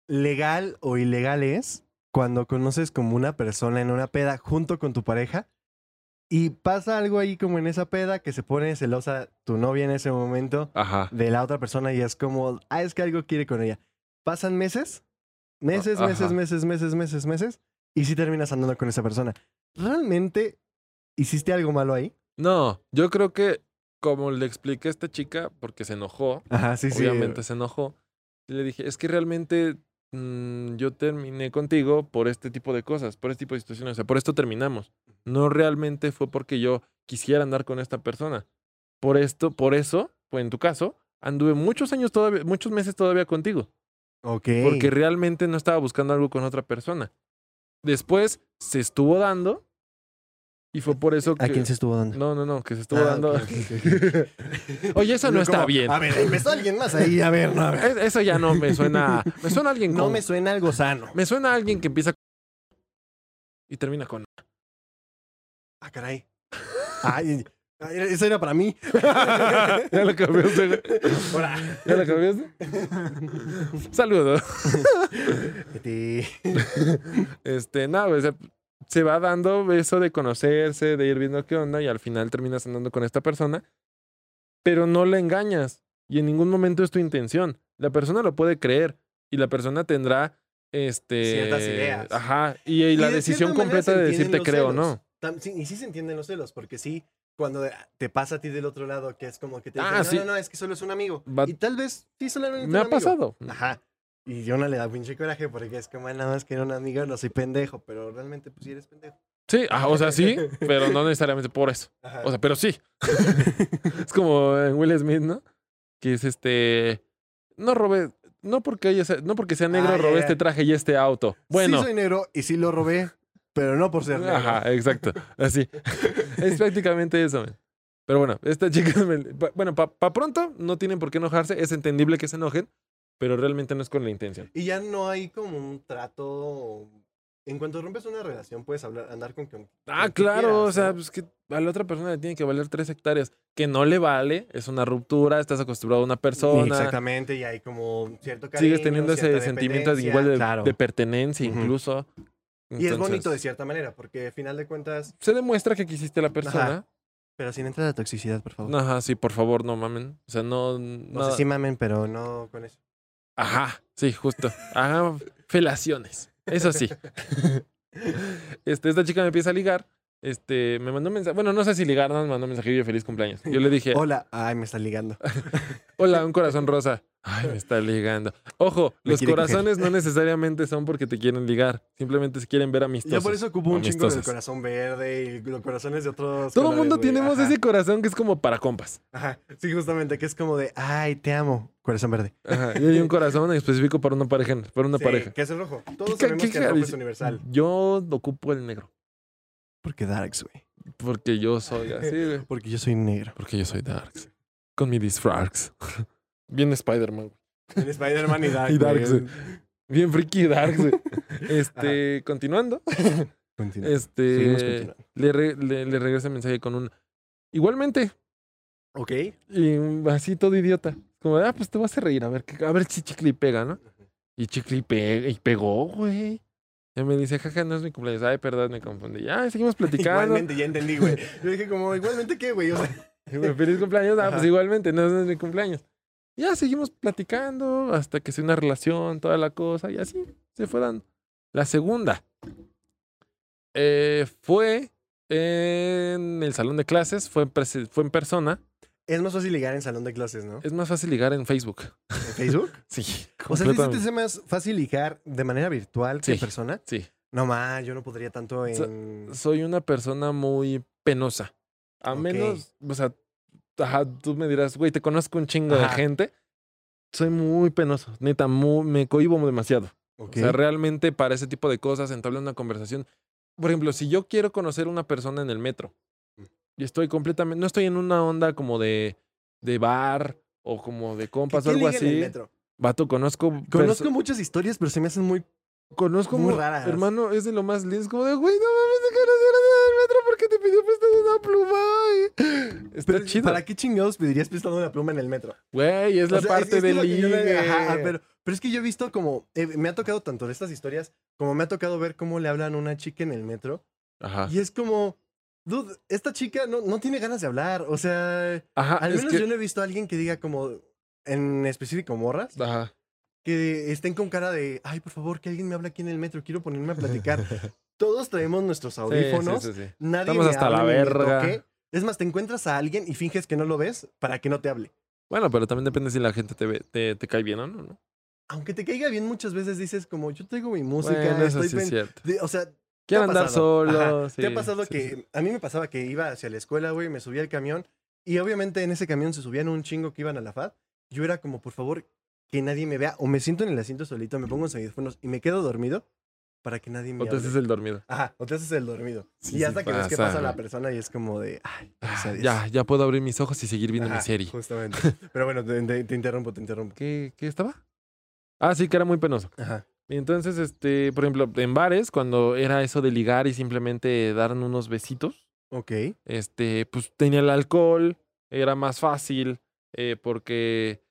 legal o ilegal es cuando conoces como una persona en una peda junto con tu pareja y pasa algo ahí como en esa peda que se pone celosa tu novia en ese momento Ajá. de la otra persona y es como, ah, es que algo quiere con ella. Pasan meses, meses, Ah, meses, ajá. meses, meses, meses, meses, y si terminas andando con esa persona. ¿Realmente hiciste algo malo ahí? No, yo creo que como le expliqué a esta chica, porque se enojó, Ajá, sí, obviamente se enojó. Y le dije, es que realmente mm, yo terminé contigo por este tipo de cosas, por este tipo de situaciones, o sea, por esto terminamos. No realmente fue porque yo quisiera andar con esta persona. Por esto, por eso, pues en tu caso, anduve muchos años todavía, muchos meses todavía contigo, Ok. porque realmente no estaba buscando algo con otra persona. Después se estuvo dando y fue por eso que [LAUGHS] ¿A quién se estuvo dando? No, no, no, que se estuvo Ah, dando. ok, ok, ok. [LAUGHS] Oye, eso no Yo está bien. A ver, empezó alguien más ahí. A ver, no, a [LAUGHS] ver. Es- E, Eso ya no me suena, me suena a alguien [LAUGHS] No con- me suena algo sano. Me suena a alguien que empieza con y termina [LAUGHS] con. Ah, caray. Ay, ay, eso era para [LAUGHS] mí. ya lo cambiaste, güey. Ahora. ¿Ya lo cambiaste? Saludos. Este, Este, nada, güey, o sea, se va dando eso de conocerse, de ir viendo qué onda y al final terminas andando con esta persona, pero no la engañas y en ningún momento es tu intención. La persona lo puede creer y la persona tendrá este Ciertas ideas. Ajá, y, y Y la de decisión cierta manera se completa de entienden decirte los creo o celos. no. tam- sí, y sí se entienden los celos, porque sí, cuando te pasa a ti del otro lado, que es como que te dicen, Ah, no, sí. no, no, es que solo es un amigo. Va- Y tal vez sí solamente Me un ha amigo. pasado. Ajá. Y yo no le da pinche coraje porque es como, "Ah, nada más que era un amigo, no soy pendejo, pero realmente pues sí eres pendejo. Sí, ah, o sea, [LAUGHS] sí, pero no necesariamente por eso. Ajá. O sea, pero sí. es como en Will eh, Smith, ¿no? que es este, no robé, no porque, haya se- no porque sea negro Ah, ya, robé ya. este traje y este auto. Bueno, Sí soy negro y sí lo robé, pero no por ser negro. Ajá, exacto. [LAUGHS] Así. es prácticamente eso, men. Pero bueno, esta chica, men, pa- bueno, para pronto no tienen por qué enojarse. Es entendible que se enojen, pero realmente no es con la intención. Y ya no hay como un trato. En cuanto rompes una relación, puedes hablar, andar con quien. Ah, con quien claro, quieras, o sea, ¿no? pues que a la otra persona le tiene que valer tres hectáreas. Que no le vale, es una ruptura, estás acostumbrado a una persona. Exactamente, y hay como cierto cariño. Sigues teniendo ese cierta sentimiento de dependencia. igual de, Claro. de pertenencia, Ujú. incluso. Y es bonito de Entonces, cierta manera, porque al final de cuentas. Se demuestra que quisiste a la persona. Pero sin entrar a toxicidad, por favor. Ajá, sí, por favor, no mamen. O sea, no. No nada- sé si mamen, pero no con eso. Ajá, sí, justo. Ajá, felaciones. [LAUGHS] Eso sí. Este, esta chica me empieza a ligar. Este, me mandó un mensaje. Bueno, no sé si ligar, no me mandó un mensaje yo feliz cumpleaños. Yo le dije, Hola, ay, me está [LAUGHS] ligando. hola, un corazón rosa. Ay, me está ligando. Ojo, Me los quiere coger. corazones no necesariamente son porque te quieren ligar. Simplemente se quieren ver amistosos. Yo por eso ocupo un chingo del Amistosos. corazón verde y los corazones de otros. Todo colores, mundo güey, tenemos ajá, ese corazón que es como para compas. Ajá. Sí, justamente, que es como de, ay, te amo, corazón verde. Ajá, y hay un corazón específico para una pareja. Para una Sí, pareja. Que es el rojo. Todos ¿Qué- sabemos qué que el rojo es jales- universal. Yo ocupo el negro. Porque Darks, güey. Porque yo soy así, [LAUGHS] güey. Porque yo soy negro. Porque yo soy Darks. Con mi disfraz. [LAUGHS] Bien Spider-Man. güey. En Spider-Man y Dark. [LAUGHS] Y Darks, güey. Bien friki [LAUGHS] Darks. güey. Este, continuando. Continúa. Eh, Seguimos Este, continuando. le, re- le, le regresa el mensaje con un... Igualmente. Ok. Y así todo idiota. Como, ah, pues te vas a reír. A ver, qué- a ver si chicle y pega, ¿no? Y chicle y, pega, y pegó, güey. Ya me dice, jaja, no es mi cumpleaños. Ay, perdón, me confundí. [LAUGHS] Ya, seguimos platicando. Igualmente, ya entendí, güey. Yo dije como, igualmente qué, güey. O sea, [LAUGHS] Feliz cumpleaños. Ah, pues Ajá. igualmente, no, no es mi cumpleaños. Ya seguimos platicando hasta que sea una relación, toda la cosa, y así se fue dando. La segunda eh, fue en el salón de clases, fue en, prese- fue en persona. es más fácil ligar en salón de clases, ¿no? Es más fácil ligar en Facebook. ¿En Facebook? [LAUGHS] Sí, O sea, ¿a ti ¿se te completamente. hace más fácil ligar de manera virtual que en Sí. persona? Sí, No más, yo no podría tanto So- en... soy una persona muy penosa. A Ok. menos, o sea, ajá, tú me dirás, güey, te conozco un chingo de Ajá. gente. Soy muy penoso, neta, muy- me cohibo demasiado. Ok. O sea, realmente para ese tipo de cosas, entablar una conversación. Por ejemplo, si yo quiero conocer a una persona en el metro Mm. y estoy completamente, no estoy en una onda como de, de bar o como de ¿Qué- compas qué o algo liga en el así. metro? Vato, conozco. perso- Conozco muchas historias, pero se me hacen muy... conozco muy mu- raras. Hermano, es de lo más lindo. Es como de, güey, no mames, te conocer en el metro porque te pidió prestado una pluma. y- Está Pero, chido. ¿Para qué chingados pedirías prestado una pluma en el metro? Güey, es O la sea, parte es que del es lo que yo le- ligue. ajá, pero, pero es que yo he visto como... eh, me ha tocado tanto de estas historias como me ha tocado ver cómo le hablan a una chica en el metro. Ajá. Y es como... Dude, esta chica no, no tiene ganas de hablar. O sea, Ajá, al Ah, es menos que- yo no he visto a alguien que diga como... En específico morras. Ajá. que estén con cara de, ay, por favor, que alguien me hable aquí en el metro, quiero ponerme a [LAUGHS] platicar. Todos traemos nuestros Sí, sí, audífonos, sí, sí. nadie Estamos me hasta la habla ni me verga. toque. Es más, te encuentras a alguien y finges que no lo ves para que no te hable. Bueno, pero también depende si la gente te, ve- te, te cae bien o no. ¿no? Aunque te caiga bien, muchas veces dices como, yo traigo mi música, Bueno, eso estoy sí es pen- cierto. de- O sea, ¿te Quiero ha andar pasado? solo. Ajá. ¿Te ha pasado que sí. a mí me pasaba que iba hacia la escuela, güey, me subía al camión y obviamente en ese camión se subían un chingo que iban a la FAD? Yo era como, por favor, que nadie me vea o me siento en el asiento solito, me pongo en audífonos y me quedo dormido para que nadie me O te hable. haces el dormido. Ajá, o te haces el dormido. Sí, y sí hasta que ves que pasa, pasa la güey. persona y es como de, ay, gracias a Dios. Ah, Ya, ya puedo abrir mis ojos y seguir viendo Ajá, mi serie. [LAUGHS] Justamente. Pero bueno, te, te- te interrumpo, te interrumpo. ¿Qué, ¿Qué estaba? Ah, sí, que era muy penoso. Ajá. Y entonces, este, por ejemplo, en bares, cuando era eso de ligar y simplemente dar unos besitos, Ok. este, pues tenía el alcohol, era más fácil, eh, porque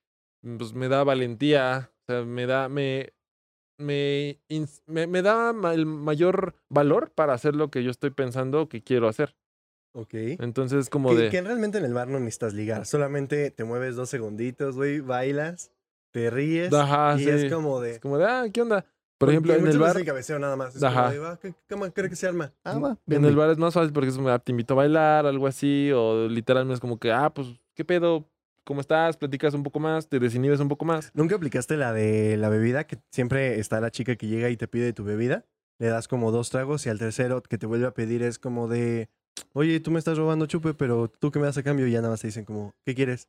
pues, me da valentía, o sea, me da, me, me, ins- me, me da ma- el mayor valor para hacer lo que yo estoy pensando que quiero hacer. Ok. Entonces, como Que, de... que realmente en el bar no necesitas ligar. Solamente te mueves dos segunditos, güey, bailas, te ríes. Ajá, y Ah, sí. es como de. Es como de, ah, ¿qué onda? Por ejemplo, Porque en el muchas bar, veces el cabeceo nada más. Es como Ajá. de, "Ah, ¿qué, qué cama cree que se arma? Ah, va, en ven, el güey". bar es más fácil porque es como, ah, te invito a bailar, algo así, o literalmente es como que, ah, pues, ¿qué pedo? ¿Cómo estás? Platicas un poco más, te desinhibes un poco más. ¿Nunca aplicaste la de la bebida? Que siempre está la chica que llega y te pide tu bebida. Le das como dos tragos y al tercero que te vuelve a pedir es como de, oye, tú me estás robando chupe, pero tú que me das a cambio y ya nada más te dicen como, ¿qué quieres?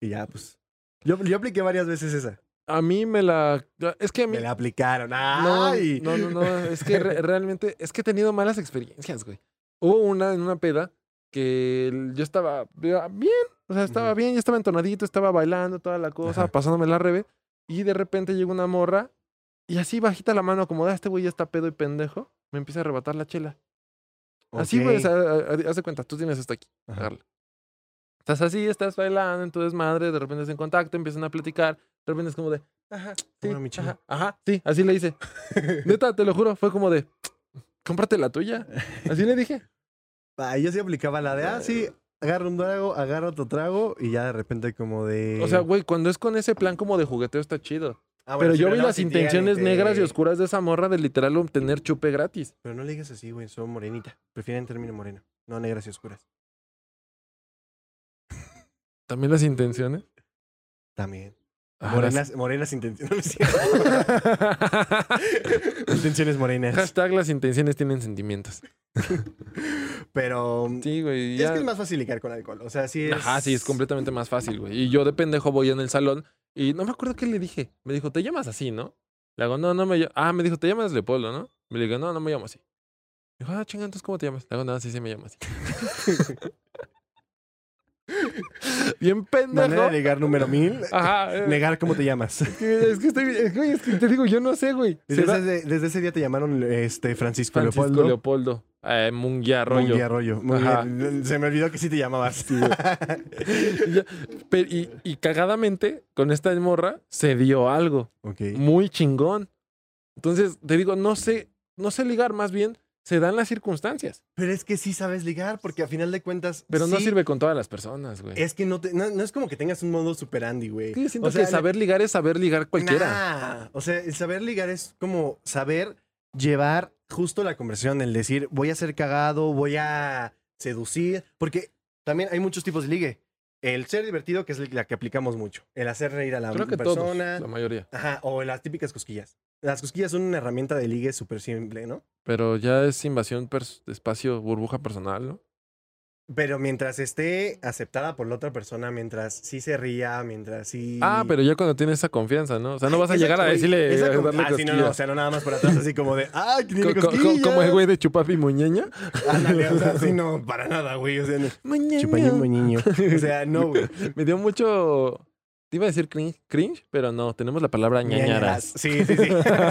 Y ya, pues, Yo, yo apliqué varias veces esa. A mí me la. ah, Es que a mí. Me la aplicaron. No, ¡Ay! no, no, no, Es [LAUGHS] que re- realmente. Es que he tenido malas experiencias, güey. Hubo una en una peda que el- yo estaba eh, bien. O sea, estaba Ujú. bien, yo estaba entonadito, estaba bailando, toda la cosa, Ajá. pasándome la rebe. Y de repente llegó una morra y así bajita la mano, como "Ah, este güey ya está pedo y pendejo, me empieza a arrebatar la chela. Así, güey, Ok. o sea, a- a- haz de cuenta, tú tienes esto aquí. Ajá. agárralo. Estás así, estás bailando en tu desmadre, de repente es en contacto, empiezan a platicar, de repente es como de, ajá, sí, Ahora mi chela. ajá, ajá, sí, así le hice. Neta, te lo juro, fue como de, cómprate la tuya. Así le dije. Ah, yo sí aplicaba la de, ah, sí, agarra un trago, agarra otro trago y ya de repente como de... O sea, güey, cuando es con ese plan como de jugueteo está chido. Ah, bueno, pero sí, yo vi no, las si te llegan y intenciones te- negras y oscuras de esa morra de literal obtener chupe gratis. Pero no le digas así, güey, soy morenita. Prefieren término moreno, no negras y oscuras. También las intenciones. Ah, También. Ahora sí. Morenas, [LAUGHS] morenas intenciones. intenciones morenas. [LAUGHS] Hashtag las intenciones tienen sentimientos. Pero... Sí, güey. Es ya- que es más fácil ligar con alcohol. O sea, sí es... Ajá, sí, es completamente más fácil, güey. Y yo de pendejo voy en el salón y no me acuerdo qué le dije. Me dijo, te llamas así, ¿no? Le hago, no, no me llamo. Ah, me dijo, te llamas Leopoldo, ¿no? Me digo, no, no me llamo así. Dijo, ah, chinga, entonces, ¿cómo te llamas? Le hago, no, sí, sí, me llamo así. [LAUGHS] Bien Manera pendejo. de ligar número mil. Ajá. eh, Negar cómo te llamas. Es que, es que estoy, es, güey, es que te digo, yo no sé, güey. Desde ¿Será ese, desde ese día te llamaron este, Francisco, Francisco Leopoldo. Leopoldo. Eh, Munguía Arroyo. Munguía Arroyo. Muy Ajá. bien. Se me olvidó que sí te llamabas. [LAUGHS] Y ya- pero- y- y cagadamente, con esta morra, se dio algo. [LAUGHS] ok. muy chingón. Entonces, te digo, no sé, no sé ligar, más bien se dan las circunstancias, Pero es que sí sabes ligar, porque a final de cuentas. pero no sí, sirve con todas las personas, güey. Es que no, te- no, no es como que tengas un modo super Andy, güey. Es que siento O sea, que saber ligar es saber ligar cualquiera. nah. O sea, el saber ligar es como saber llevar justo la conversación, el decir, voy a ser cagado, voy a seducir. Porque también hay muchos tipos de ligue. El ser divertido, que es la que aplicamos mucho. El hacer reír a la Creo que todos, persona. la mayoría. Ajá, o las típicas cosquillas. Las cosquillas son una herramienta de ligue súper simple, ¿no? Pero ya es invasión pers- de espacio, burbuja personal, ¿no? Pero mientras esté aceptada por la otra persona, mientras sí se ría, mientras sí. Ah, pero ya cuando tienes esa confianza, ¿no? O sea, no vas a Esa llegar a como- decirle, esa a como- darle ah, sí, no, no, o cosquillas. sea, no nada más por atrás, así como de, ah, que tiene Co- co- co- cosquillas. como el güey de Chupapi Muñeña. Ándale, o sea, sí, no, [LAUGHS] para nada, güey. O sea, no. Chupañín, moñiño. [LAUGHS] O sea, no, güey. Me dio mucho. Te iba a decir cringe, cringe, pero no, tenemos la palabra ñañaras. Sí, sí, sí.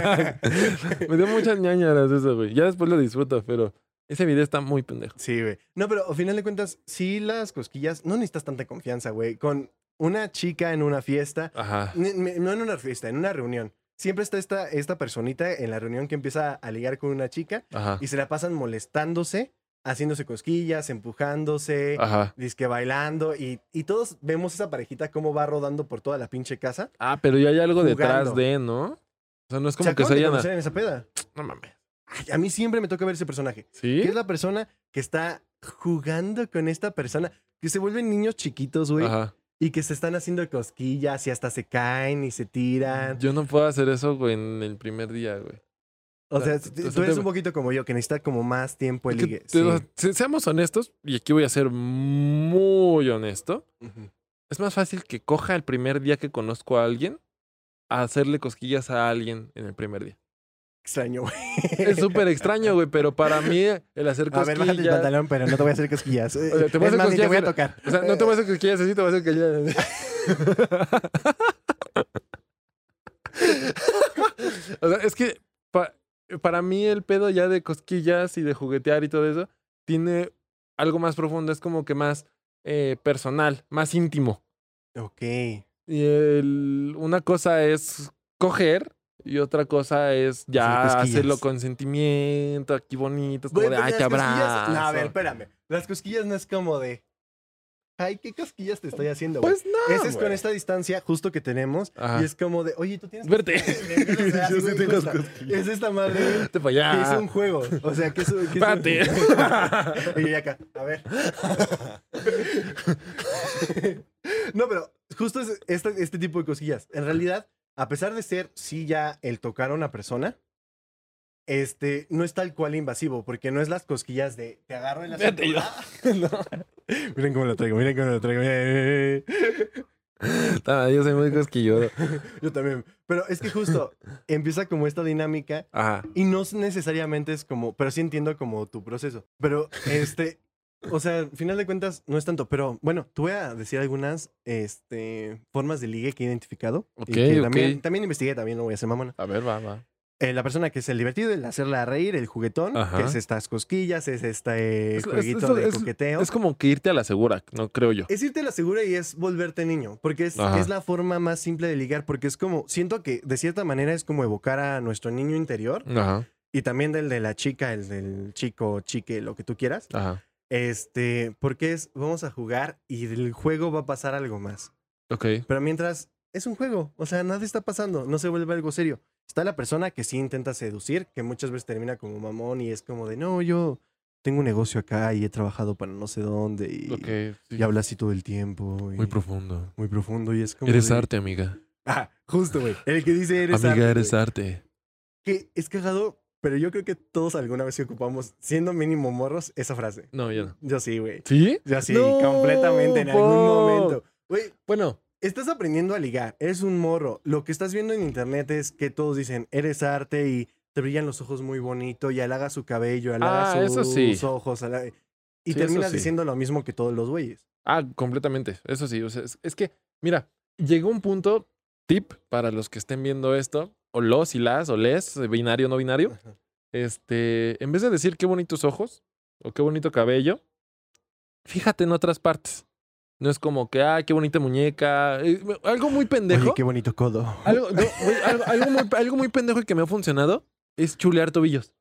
[LAUGHS] Me dio muchas ñañaras eso, güey. Ya después lo disfruto, pero ese video está muy pendejo. Sí, güey. No, pero al final de cuentas, sí, las cosquillas, no necesitas tanta confianza, güey. Con una chica en una fiesta, Ajá. Ni- me- No en una fiesta, en una reunión. Siempre está esta, esta personita en la reunión que empieza a ligar con una chica Ajá. y se la pasan molestándose, haciéndose cosquillas, empujándose, Ajá. disque bailando y, y todos vemos esa parejita cómo va rodando por toda la pinche casa. Ah, pero ya hay algo detrás Jugando. de, ¿no? O sea, no es se como que acaban de se conocer en esa peda. No mames. Ay, a mí siempre me toca ver ese personaje. ¿Sí? Que es la persona que está jugando con esta persona, que se vuelven niños chiquitos, güey, Ajá. y que se están haciendo cosquillas y hasta se caen y se tiran. Yo no puedo hacer eso, güey, en el primer día, güey. O sea, Ah, tú, tú- tú tú eres te- un poquito como yo, que necesita como más tiempo el Es que ligue. te- sí. o sea, se- seamos honestos, y aquí voy a ser muy honesto. Ujú. Es más fácil que coja el primer día que conozco a alguien a hacerle cosquillas a alguien en el primer día. Extraño, güey. Es súper extraño, güey, pero para mí el hacer A cosquillas... ver, bájate el pantalón, pero no te voy a hacer cosquillas. sea, te voy Es a hacer más, ni te cosquillas, voy a pero- tocar. O sea, no te voy a hacer cosquillas así, [LAUGHS] te voy a hacer cosquillas así. O sea, es que pa- para mí el pedo ya de cosquillas y de juguetear y todo eso tiene algo más profundo, es como que más eh, personal, más íntimo. Ok. Y el- una cosa es coger y otra cosa es ya Hacer cosquillas. hacerlo con sentimiento, aquí bonito, es como Güey, de, pero ay, las te cosquillas- abrazo. No, a ver, espérame. Las cosquillas no es como de. Ay, ¿qué cosquillas te estoy haciendo, güey? pues no. Ese es con güey. esta distancia justo que tenemos. Ajá. Y es como de, oye, tú tienes. Verte. [LAUGHS] cosquillas?" [LAUGHS] O sea, Yo sí güey, tengo justa. cosquillas. Ah. Es esta [LAUGHS] madre. Vete pa' Que allá. es un juego. O sea, que es un. que es un- [LAUGHS] Espérate. Y yo acá, a ver. no, pero justo es este, este tipo de cosillas. En realidad, a pesar de ser, sí, ya el tocar a una persona, este, no es tal cual invasivo, porque no es las cosquillas de te agarro en la Fíjate, yo- [LAUGHS] cintura. Miren cómo lo traigo, miren cómo lo traigo. miren, miren, miren. Ta- Yo soy muy cosquilludo. Yo también. Pero es que justo empieza como esta dinámica Ajá. y no es necesariamente es como, pero sí entiendo como tu proceso. Pero este, o sea, al final de cuentas no es tanto, pero bueno, te voy a decir algunas este, formas de ligue que he identificado. y Ok, que ok. También, también investigué, también no voy a ser mamona. A ver, va, va. Eh, la persona que es el divertido, el hacerla reír, el juguetón, Ajá. que es estas cosquillas, es este Es- es- jueguito es- de es- coqueteo. Es como que irte a la segura, no creo yo. Es irte a la segura y es volverte niño, porque es, Ajá. es la forma más simple de ligar, porque es como, siento que de cierta manera es como evocar a nuestro niño interior Ajá, y también del de la chica, el del chico, chique, lo que tú quieras, ajá. este, porque es, vamos a jugar y del juego va a pasar algo más. Ok. Pero mientras, es un juego, o sea, nada está pasando, no se vuelve algo serio. Está la persona que sí intenta seducir, que muchas veces termina como mamón y es como de, no, yo tengo un negocio acá y he trabajado para no sé dónde y... Ok. sí. Y habla así todo el tiempo. Muy y- profundo. muy profundo y es como. Eres de- arte, amiga. Ah, justo, güey. El que dice eres arte. Amiga, eres güey. arte. Que es cagado, pero yo creo que todos alguna vez que ocupamos, siendo mínimo morros, esa frase. No, yo no. Yo sí, güey. ¿Sí? Yo sí, No, completamente en po. algún momento. Güey, Bueno, estás aprendiendo a ligar. Eres un morro. Lo que estás viendo en internet es que todos dicen eres arte y te brillan los ojos muy bonito y halaga su cabello, halaga Ah, eso sus sí. ojos. halaga- Y Sí, eso terminas sí. diciendo lo mismo que todos los güeyes. Ah, completamente. Eso sí. o sea, es, es que, mira, llegó un punto, tip para los que estén viendo esto, o los y las, o les, eh, binario, no binario. Ajá. Este, en vez de decir qué bonitos ojos o qué bonito cabello, fíjate en otras partes. No es como que, ah, qué bonita muñeca. eh, algo muy pendejo. Oye, qué bonito codo. [LAUGHS] Algo, no, güey, algo- algo muy, algo muy pendejo y que me ha funcionado es chulear tobillos.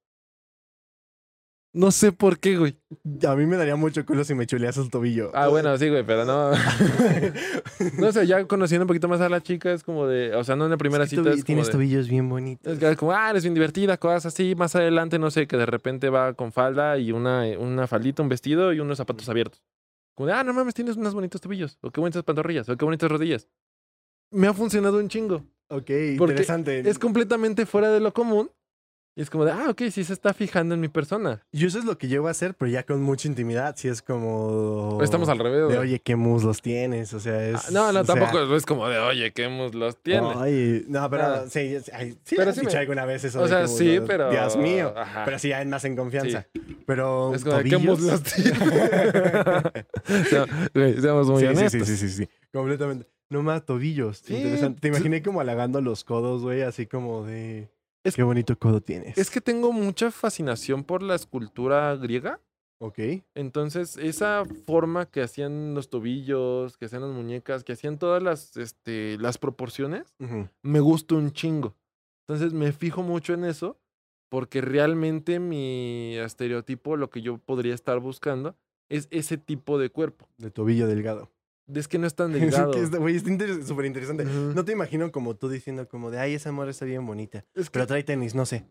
No sé por qué, güey. A mí me daría mucho culo si me chuleas el tobillo. [LAUGHS] Ah, bueno, sí, güey, pero [LAUGHS] no. No sé, ya conociendo un poquito más a la chica, es como de. O sea, no en la primera Es que cita. tobi- es como tienes de- tobillos bien bonitos. es que es como, ah, eres bien divertida, cosas así. Más adelante, no sé, que de repente va con falda y una, una faldita, un vestido y unos zapatos abiertos. Como de, ah, no mames, tienes unos bonitos tobillos. O qué bonitas pantorrillas. O qué bonitas rodillas. Me ha funcionado un chingo. Ok, Porque interesante. Es completamente fuera de lo común. Y es como de, ah, ok, sí se está fijando en mi persona. Yo eso es lo que llevo a hacer, pero ya con mucha intimidad. Si es como. Estamos al revés. Oh, De güey. oye, qué muslos tienes. O sea, Ah, es. no, no, o sea, tampoco es como de, oye, qué muslos tiene. ay, no, pero Nada. sí, sí, ay, sí, Ah. Pero he sí dicho me- alguna vez eso. o de sea, qué sí, muslos. pero. Dios mío. Ajá. Pero sí, ya hay más en confianza. Pero. Es como de, ¿qué ¿tobillos? [LAUGHS] muslos tiene? O [LAUGHS] sea, güey, seamos muy sí, sí, honestos. sí, sí, sí, sí. Completamente. No más tobillos. Sí. Interesante. Te imaginé como halagando los codos, güey, así como de. Es- qué bonito codo tienes. Es que tengo mucha fascinación por la escultura griega. Ok. Entonces, esa forma que hacían los tobillos, que hacían las muñecas, que hacían todas las, este, las proporciones, Ujú. me gusta un chingo. Entonces me fijo mucho en eso porque realmente mi estereotipo, lo que yo podría estar buscando, es ese tipo de cuerpo. De tobillo delgado. Es que no [LAUGHS] es tan [LAUGHS] Es que delgado. está- Güey, está [LAUGHS] inter- súper interesante. Ujú. No te imagino como tú diciendo como de, ay, esa morra está bien bonita. Es que- Pero trae tenis, no sé.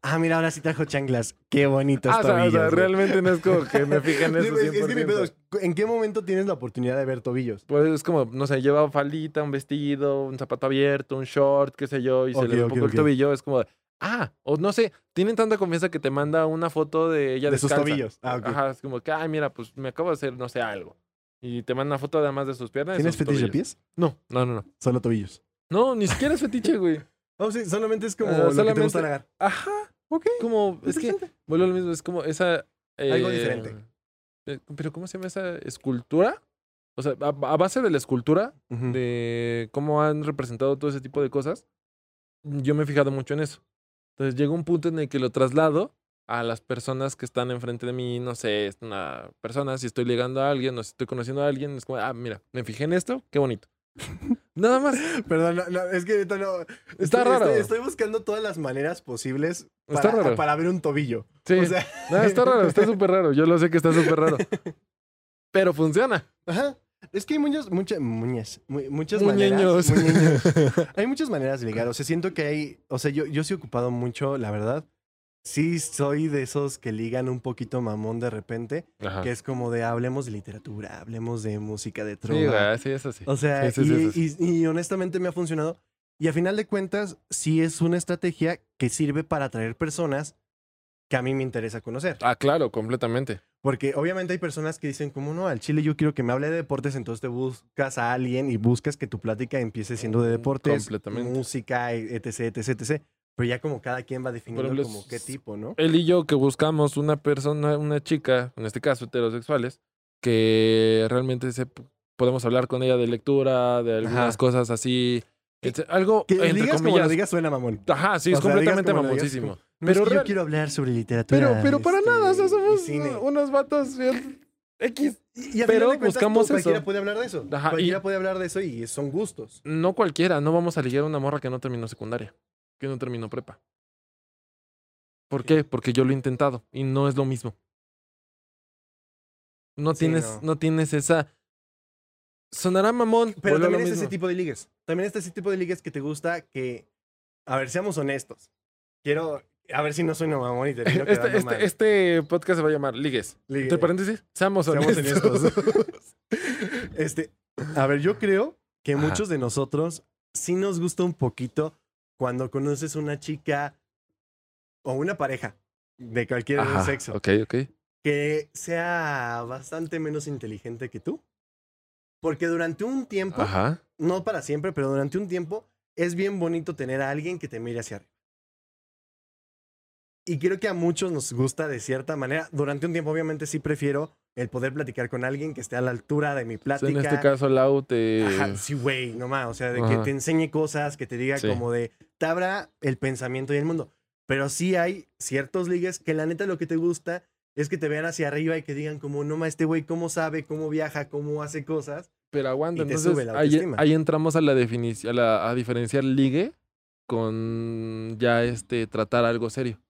Ah, mira, ahora sí trajo chanclas. Qué bonitos Ah, o sea, o sea, tobillos. güey. realmente no es como que [LAUGHS] me fije en Sí, eso. güey, es, es que mi pedo 100%. es, ¿en qué momento tienes la oportunidad de ver tobillos? Pues es como, no sé, lleva faldita, un vestido, un zapato abierto, un short, qué sé yo, y se Ok, le ve un ok, poco ok. el tobillo. Es como, ah, o no sé, tienen tanta confianza que te manda una foto de ella de sus descalza. tobillos. Ah, ok. Ajá, es como que, ay, mira, pues me acabo de hacer, no sé, algo. Y te manda una foto además de sus piernas. y ¿Tienes sus fetiche de tobillos. pies? No, no, no, no. Solo tobillos. No, ni siquiera es fetiche, [LAUGHS] güey. Oh, sí, solamente es como Ah, lo que te solamente- gusta halagar. Ajá. Ok. Como, es que, Interesante. vuelvo a lo mismo, es como esa... Algo eh, diferente. eh, Pero ¿cómo se llama esa escultura? O sea, a- a base de la escultura, Ujú. de cómo han representado todo ese tipo de cosas, yo me he fijado mucho en eso. Entonces llega un punto en el que lo traslado a las personas que están enfrente de mí, no sé, es una persona, si estoy ligando a alguien o si estoy conociendo a alguien, es como, ah, mira, me fijé en esto, [LAUGHS] qué bonito. Nada más. Perdón, no, no, es que ahorita no. Está raro. Estoy, estoy buscando todas las maneras posibles para, Está raro. para ver un tobillo. Sí. O sea, No, está raro, está súper raro. Yo lo sé que está [LAUGHS] súper raro. Pero funciona. Ajá. Es que hay muchas, muchas, muñas, mu- muchas Muñeños. maneras. [LAUGHS] muñeños. Hay muchas maneras de ligar. O sea, siento que hay, o sea, yo, yo sí he ocupado mucho, la verdad. Sí soy de esos que ligan un poquito mamón de repente, Ajá. que es como de hablemos de literatura, hablemos de música de Ah. Sí, trova. güey, sí, es así. o sea, Sí, sí, sí, y, sí, y- y honestamente me ha funcionado. Y a final de cuentas, sí es una estrategia que sirve para atraer personas que a mí me interesa conocer. Ah, claro, completamente. Porque obviamente hay personas que dicen, como no, al Chile yo quiero que me hable de deportes, entonces te buscas a alguien y buscas que tu plática empiece siendo de deportes, Mm, Completamente. música, e- etc, etc, etc. Pero ya como cada quien va definiendo ejemplo, eh, como qué s- tipo, ¿no? Él y yo que buscamos una persona, una chica, en este caso heterosexuales, que realmente se, p- podemos hablar con ella de lectura, de algunas Ajá. cosas así. etc- Algo Que entre digas como lo comillas. digas suena mamón. Ajá, sí, O sea, es digas completamente como lo digas, mamoncísimo. No, es Pero que yo real- quiero hablar sobre literatura. Pero, pero para este, nada, o sea, y somos cine. unos vatos [LAUGHS] bien X. Y, y al final de pero cuentas, pues, buscamos Cualquiera eso. puede hablar de eso. Ajá, y- cualquiera puede hablar de eso y son gustos. No cualquiera, no vamos a ligar a una morra que no terminó secundaria, que no terminó prepa. ¿Por qué? Porque yo lo he intentado y no es lo mismo. No Sí, tienes, no. no. tienes esa. Sonará mamón, Pero vuelvo a lo también es ese mismo. tipo de ligues. También está ese tipo de ligues que te gusta que... A ver, seamos honestos. Quiero... A ver si no soy mamón y termino quedando Este, mal. este, este podcast se va a llamar Ligues. Ligue. Entre paréntesis, seamos Seamos honestos. [LAUGHS] honestos. [LAUGHS] Este, a ver, yo creo que Ajá. muchos de nosotros sí nos gusta un poquito cuando conoces una chica o una pareja de cualquier Ajá, sexo Ok, ok. que sea bastante menos inteligente que tú. Porque durante un tiempo, Ajá. no para siempre, pero durante un tiempo es bien bonito tener a alguien que te mire hacia arriba. Y creo que a muchos nos gusta de cierta manera. Durante un tiempo, obviamente, sí prefiero el poder platicar con alguien que esté a la altura de mi O sea, plática. en este caso, Lau te. Ajá, sí, güey, nomás. O sea, de que Ajá. te enseñe cosas, que te diga Sí. como de, te abra el pensamiento y el mundo. Pero sí hay ciertos ligues que la neta lo que te gusta es que te vean hacia arriba y que digan como, no ma, este güey cómo sabe, cómo viaja, cómo hace cosas. Pero aguanta, Y te entonces sube la ahí, autoestima. ahí entramos a la definición, a, la- a diferenciar ligue con ya este tratar algo serio.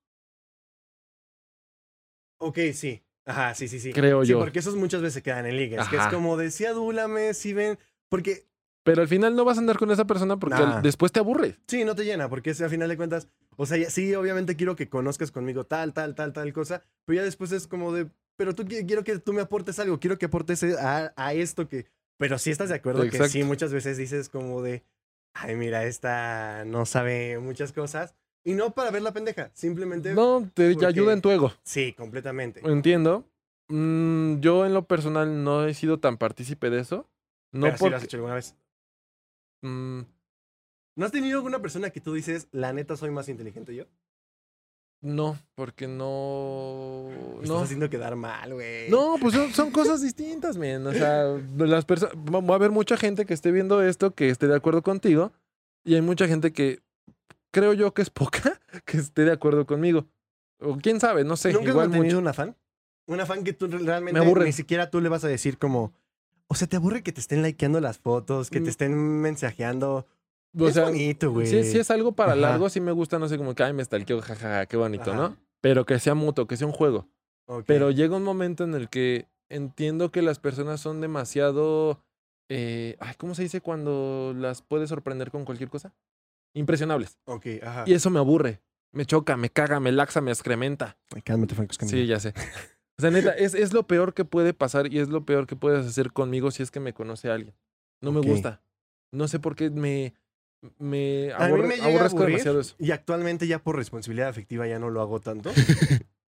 Ok, sí. Ajá, sí, sí, sí. Creo sí, yo. porque esos muchas veces quedan en ligues. Que es Ajá. como decía adúlame, si ven... Porque, Pero al final no vas a andar con esa persona porque al- Nah. después te aburres. sí, no te llena, porque es, al final de cuentas... O sea, ya- sí, obviamente quiero que conozcas conmigo tal, tal, tal, tal cosa. Pero ya después es como de... Pero tú qui- quiero que tú me aportes algo. Quiero que aportes e, a, a esto que... Pero sí estás de acuerdo que sí, Exacto. muchas veces dices como de... Ay, mira, esta no sabe muchas cosas. Y no para ver la pendeja. Simplemente... No, te porque- eh, ayuda en tu ego. Sí, completamente. Entiendo. Mm, yo en lo personal no he sido tan partícipe de eso. No Pero sí lo porque... has hecho alguna vez. Mm, ¿No has tenido alguna persona que tú dices, la neta soy más inteligente yo? no, porque no... Me No. estás haciendo quedar mal, güey. No, pues son, son cosas distintas, men. O sea, las personas. Va a haber mucha gente que esté viendo esto, que esté de acuerdo contigo. Y hay mucha gente que creo yo que es poca, [LAUGHS] que esté de acuerdo conmigo. O quién sabe, no sé. ¿Nunca igual has tenido mucho. un afán? Un afán que tú realmente Me aburre. ni siquiera tú le vas a decir como... O sea, te aburre que te estén likeando las fotos, que Mm. te estén mensajeando. O es sea, bonito, güey. si, si es algo para Ajá. largo, sí me gusta, no sé, como que ay, me stalkeo, jajaja, qué bonito, Ajá. ¿no? Pero que sea mutuo, que sea un juego. Ok. Pero llega un momento en el que entiendo que las personas son demasiado. eh, ay, ¿cómo se dice cuando las puedes sorprender con cualquier cosa? Impresionables. Ok, ajá. Y eso me aburre. Me choca, me caga, me laxa, me excrementa. Ay, Cálmate, Franco Escamilla. Sí, ya [LAUGHS] sé. O sea, neta, es, es lo peor que puede pasar y es lo peor que puedes hacer conmigo si es que me conoce alguien. No Ok. me gusta. No sé por qué me, me, A mí aborre- me llega a aborrezco aburrir. demasiado eso. Y actualmente ya por responsabilidad afectiva ya no lo hago [LAUGHS] tanto.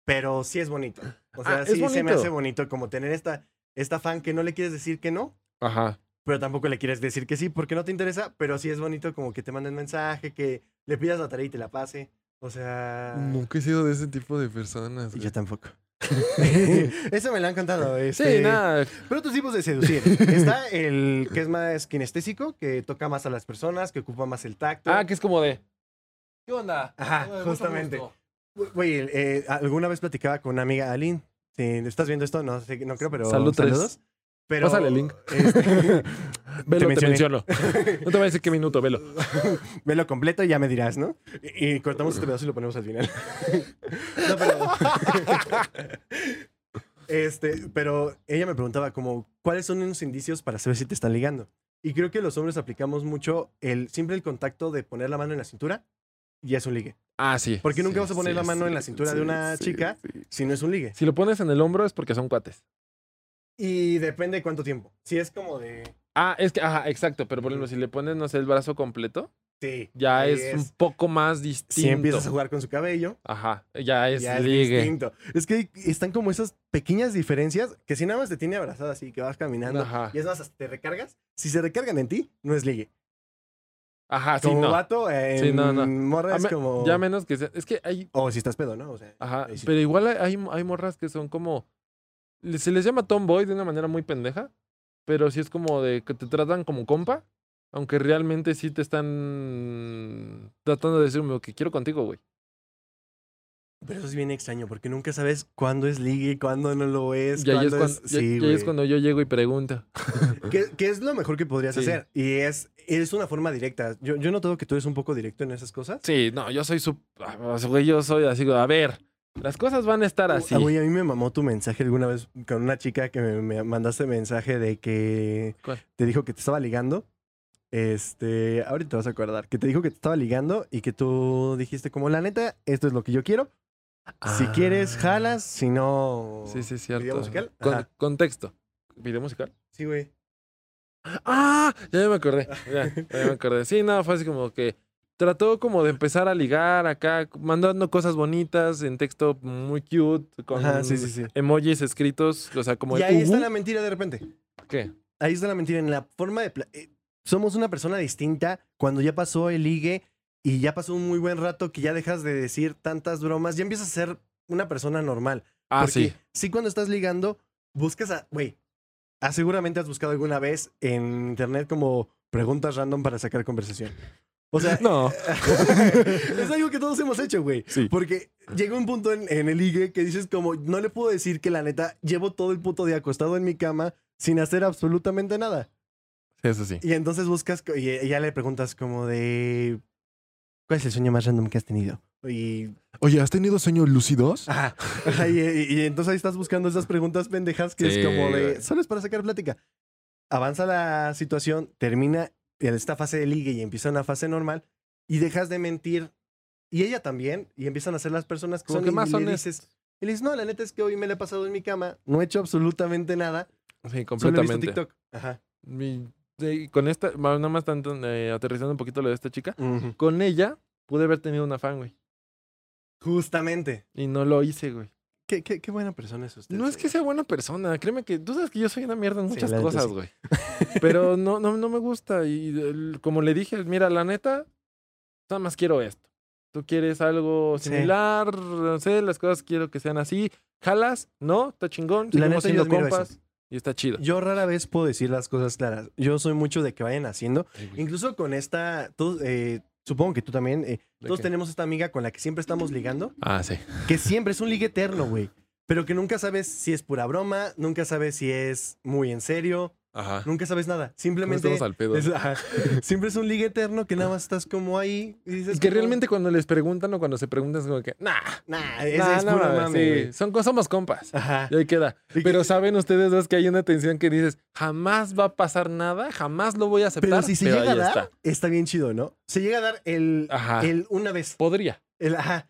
pero sí es bonito. O sea, Ah, es sí se me bonito. hace bonito como tener esta, esta fan que no le quieres decir que no, Ajá. pero tampoco le quieres decir que sí porque no te interesa, pero sí es bonito como que te manden mensaje, que le pidas la tarea y te la pase. O sea... Ah. Nunca he sido de ese tipo de personas. Yo [LAUGHS] tampoco. [LAUGHS] Eso me lo han contado. este, Sí, nada. Pero otros tipos de seducir. Está el que es más kinestésico, que toca más a las personas, que ocupa más el tacto. Ah, que es como de. ¿Qué onda? Ajá, Eh, mucho justamente. [LAUGHS] gusto. Güey, el- eh, alguna vez platicaba con una amiga, Aline. Si estás viendo esto, no, sé- no creo, pero Salud, tres. saludos. Pero, Pásale el link. este, Velo, te, mencioné. menciono. No te voy [LAUGHS] a decir qué minuto, velo. Velo completo y ya me dirás, ¿no? Y, y cortamos este pedazo y lo ponemos al [LAUGHS] final. no, pero... [LAUGHS] este, pero ella me preguntaba como, ¿cuáles son los indicios para saber si te están ligando? Y creo que los hombres aplicamos mucho el simple el contacto de poner la mano en la cintura y es un ligue. Ah, sí. Porque nunca Sí, vas a poner sí, la mano en sí, la cintura sí, de una sí, chica sí. si no es un ligue. Si lo pones en el hombro es porque son cuates. Y depende de cuánto tiempo. Si es como de... Ah, es que, ajá, exacto. Pero por ejemplo, si le pones, no sé, el brazo completo, Sí. Ya ahí es, un poco más distinto. Si empiezas a jugar con su cabello, Ajá, ya es ya ligue. es distinto. Es que están como esas pequeñas diferencias que si nada más te tiene abrazada así, que vas caminando Ajá. y es más, hasta te recargas. Si se recargan en ti, no es ligue. Ajá, Ah, sí, como no. vato, eh, en Sí, no, no. morra A es me- como... Ya menos que sea. Es que hay. O si estás pedo, ¿no? O sea, Ajá. ahí sí. Pero igual hay, hay, hay morras que son como. le- Se les llama tomboy de una manera muy pendeja. Pero sí es como de que te tratan como compa. Aunque realmente sí te están tratando de decirme que quiero contigo, güey. Pero eso es bien extraño porque nunca sabes cuándo es ligue, cuándo no lo es. Y ahí es cuándo cuando, es- y- Sí, y ahí es güey. cuando yo llego y pregunto. ¿Qué, qué es lo mejor que podrías Sí. hacer? Y es, es una forma directa. Yo, yo noto que tú eres un poco directo en esas cosas. Sí, no, yo soy su. ah, Güey, yo soy así. A ver, las cosas van a estar así. Ah, güey, a mí me mamó tu mensaje alguna vez con una chica que me, me mandaste mensaje de que ¿Cuál? te dijo que te estaba ligando. Este, ahorita te vas a acordar, que te dijo que te estaba ligando y que tú dijiste como, la neta, esto es lo que yo quiero. Si Ah. quieres, jalas, si no... Sí, sí, video cierto. musical. Con- Ajá. contexto. ¿Video musical? Sí, güey. ¡Ah! Ya me acordé. Ya, ya me acordé. Sí, no, fue así como que trató como de empezar a ligar acá, mandando cosas bonitas en texto muy cute, con Ajá, sí, sí, sí. emojis escritos, o sea, como Y el ahí está ujú. la mentira de repente. ¿Qué? Ahí está la mentira, en la forma de... pla- eh, somos una persona distinta cuando ya pasó el ligue y ya pasó un muy buen rato que ya dejas de decir tantas bromas, ya empiezas a ser una persona normal. Ah, Porque sí. Sí, cuando estás ligando, buscas a... Güey, ah, seguramente has buscado alguna vez en internet como preguntas random para sacar conversación. O sea, [LAUGHS] eh, No. es algo que todos hemos hecho, güey. Sí. Porque llega un punto en, en el ligue que dices como, no le puedo decir que la neta llevo todo el puto día acostado en mi cama sin hacer absolutamente nada. Eso sí. Y entonces buscas co- y y ya le preguntas como de ¿Cuál es el sueño más random que has tenido? Y, Oye, ¿has tenido sueños lúcidos? ajá, ajá, y, y- y entonces ahí estás buscando esas preguntas pendejas que Sí, es como de güey. solo es para sacar plática. Avanza la situación, termina esta fase de ligue y empieza una fase normal y dejas de mentir y ella también y empiezan a ser las personas que Como son que y más le honestas. dices y le dices, "No, la neta es que hoy me la he pasado en mi cama, no he hecho absolutamente nada, Sí, solo he visto completamente. TikTok." Ajá. Mi- sí, con esta, ma- nada más tanto, eh, aterrizando un poquito lo de esta chica. Ujú. Con ella pude haber tenido una fan, güey. Justamente. Y no lo hice, güey. Qué, qué- qué buena persona es usted. No es que señor. sea buena persona, créeme que tú sabes que yo soy una mierda en Sí, muchas la neta cosas, sí. güey. [LAUGHS] Pero no, no, no me gusta. Y el- como le dije, mira, la neta, nada más quiero esto. Tú quieres algo Sí. similar, no sé, las cosas quiero que sean así. Jalas, ¿no? Está chingón, La seguimos neta, yo siendo admiro compas. Y está chido. Yo rara vez puedo decir las cosas claras. Yo soy mucho de que vayan haciendo. Incluso con esta, todos, eh, supongo que tú también, eh, ¿De todos qué? tenemos esta amiga con la que siempre estamos ligando, Ah, sí. que siempre es un ligue eterno, güey. Pero que nunca sabes si es pura broma, nunca sabes si es muy en serio, Ajá. nunca sabes nada. ¿Cómo Simplemente... estamos al pedo? es- ajá. siempre es un ligue eterno que nada más estás como ahí y dices... Y que como, realmente cuando les preguntan o cuando se preguntan es como que, nah, Nah, es, nah, es no pura mames, mami, sí, güey". son, co- somos [LAUGHS] compas. Ajá. Y ahí queda. Y que- Pero saben ustedes dos que hay una tensión que dices, jamás va a pasar nada, jamás lo voy a aceptar. Pero si se llega a ahí dar, está. está. bien chido, ¿no? Se llega a dar el, Ajá. el una vez. Podría. El, ajá.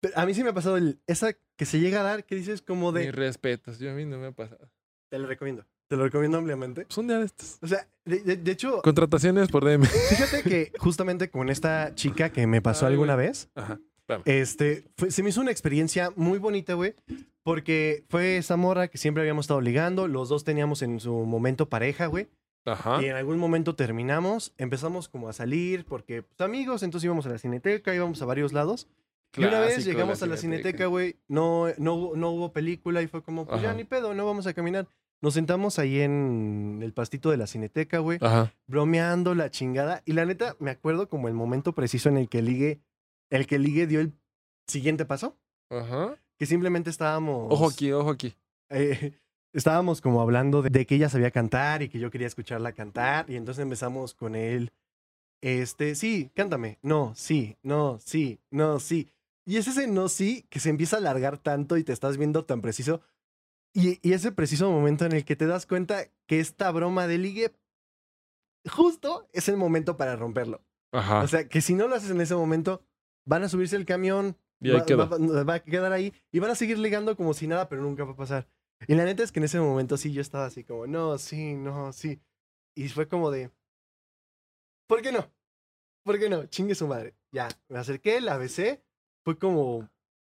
Pero A mí sí me ha pasado el, esa que se llega a dar, que dices como [LAUGHS] de... Mis respetos, yo a mí no me ha pasado. Te lo recomiendo. Te lo recomiendo ampliamente. Pues un día de estos. O sea, de, de- de hecho, Contrataciones por DM. fíjate que justamente con esta chica que me pasó Ay, alguna güey. vez, Ajá. este, fue- se me hizo una experiencia muy bonita, güey, porque fue esa morra que siempre habíamos estado ligando, los dos teníamos en su momento pareja, güey, Ajá. y en algún momento terminamos, empezamos como a salir, porque pues, amigos, entonces íbamos a la cineteca, íbamos a varios lados, Y una vez Clásico de llegamos a la cineteca, güey, no, no, hubo- no hubo película y fue como, pues ya Ajá. ni pedo, no vamos a caminar. Nos sentamos ahí en el pastito de la cineteca, güey, Ajá. bromeando la chingada. Y la neta, me acuerdo como el momento preciso en el que Ligue, el que Ligue dio el siguiente paso, Ajá. que simplemente estábamos... Ojo aquí, ojo aquí. eh, estábamos como hablando de, de que ella sabía cantar y que yo quería escucharla cantar. Y entonces empezamos con él. Este, sí, cántame. No, sí, no, sí, no, sí. Y es ese no, sí, que se empieza a alargar tanto y te estás viendo tan preciso. Y, y ese preciso momento en el que te das cuenta que esta broma de ligue, justo es el momento para romperlo. Ajá. O sea, que si no lo haces en ese momento, van a subirse el camión, y ahí va, quedó. va- va a quedar ahí y van a seguir ligando como si nada, pero nunca va a pasar. Y la neta es que en ese momento sí yo estaba así como, no, sí, no, sí. Y fue como de, ¿por qué no? ¿Por qué no? Chingue su madre. Ya, me acerqué, la besé. Fue como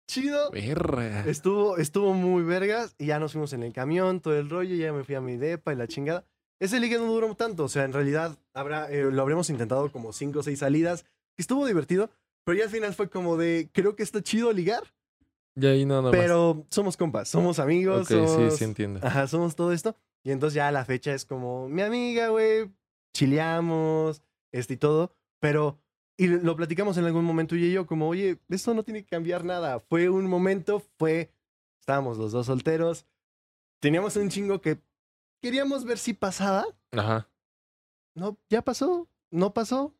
chido. Verga. Estuvo, estuvo muy vergas y ya nos fuimos en el camión, todo el rollo, ya me fui a mi depa y la chingada. Ese ligue no duró tanto, o sea, en realidad habrá, eh, lo habremos intentado como cinco o seis salidas. Estuvo divertido, pero ya al final fue como de, creo que está chido ligar, Y ahí nada más. pero Ah. somos compas, somos amigos, Ok, sí, somos- sí entiendo. Ajá, somos todo esto. Y entonces ya a la fecha es como, mi amiga, güey, chileamos, este y todo. Pero, y lo- lo platicamos en algún momento ella y yo, como, oye, esto no tiene que cambiar nada. Fue un momento, fue, estábamos los dos solteros, teníamos un chingo que queríamos ver si pasaba. Ajá. No, ya pasó, no pasó,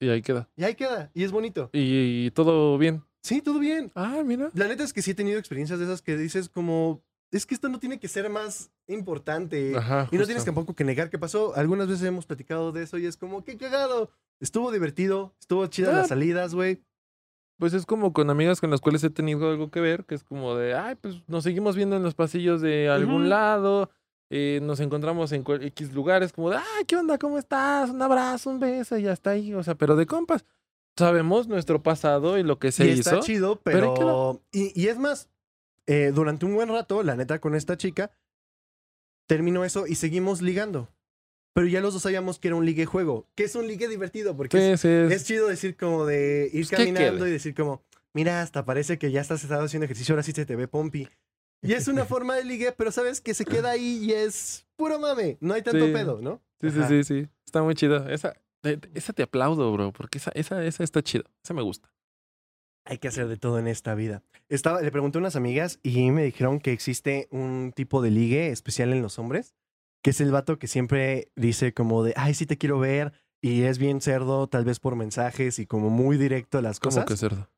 Y ahí queda. y ahí queda, y es bonito. Y, y todo bien. Sí, todo bien. Ah, mira. La neta es que sí he tenido experiencias de esas que dices como, es que esto no tiene que ser más importante. Ajá. Y no justo. tienes tampoco que negar qué pasó. Algunas veces hemos platicado de eso y es como, qué cagado. Estuvo divertido, estuvo chidas Ah. las salidas, güey. Pues es como con amigas con las cuales he tenido algo que ver, que es como de, ay, pues nos seguimos viendo en los pasillos de algún Ujú. lado, eh, nos encontramos en cual- X lugares, como de, ay, ¿qué onda? ¿Cómo estás? Un abrazo, un beso, y hasta ahí, o sea, pero de compas. Sabemos nuestro pasado y lo que se y hizo. está chido, pero ahí pero... quedó. y, y es más, eh, durante un buen rato, la neta, con esta chica, terminó eso y seguimos ligando. Pero ya los dos sabíamos que era un ligue juego, que es un ligue divertido, porque es- Sí, sí, es- es, chido decir como de ir Pues, ¿qué caminando quieres? y decir como, mira, hasta parece que ya estás estado haciendo ejercicio, ahora sí se te ve pompi. Y es una [LAUGHS] forma de ligue, pero sabes que se queda ahí y es puro mame, no hay tanto Sí. pedo, ¿no? sí, sí, Ajá. sí, sí. Está muy chido. Esa, te- te- esa te aplaudo, bro, porque esa, esa, esa está chida. Esa me gusta. Hay que hacer de todo en esta vida. Estaba, le pregunté a unas amigas y me dijeron que existe un tipo de ligue especial en los hombres, que es el vato que siempre dice como de, ay, sí te quiero ver, y es bien cerdo, tal vez por mensajes y como muy directo a las ¿Cómo cosas. que cerdo?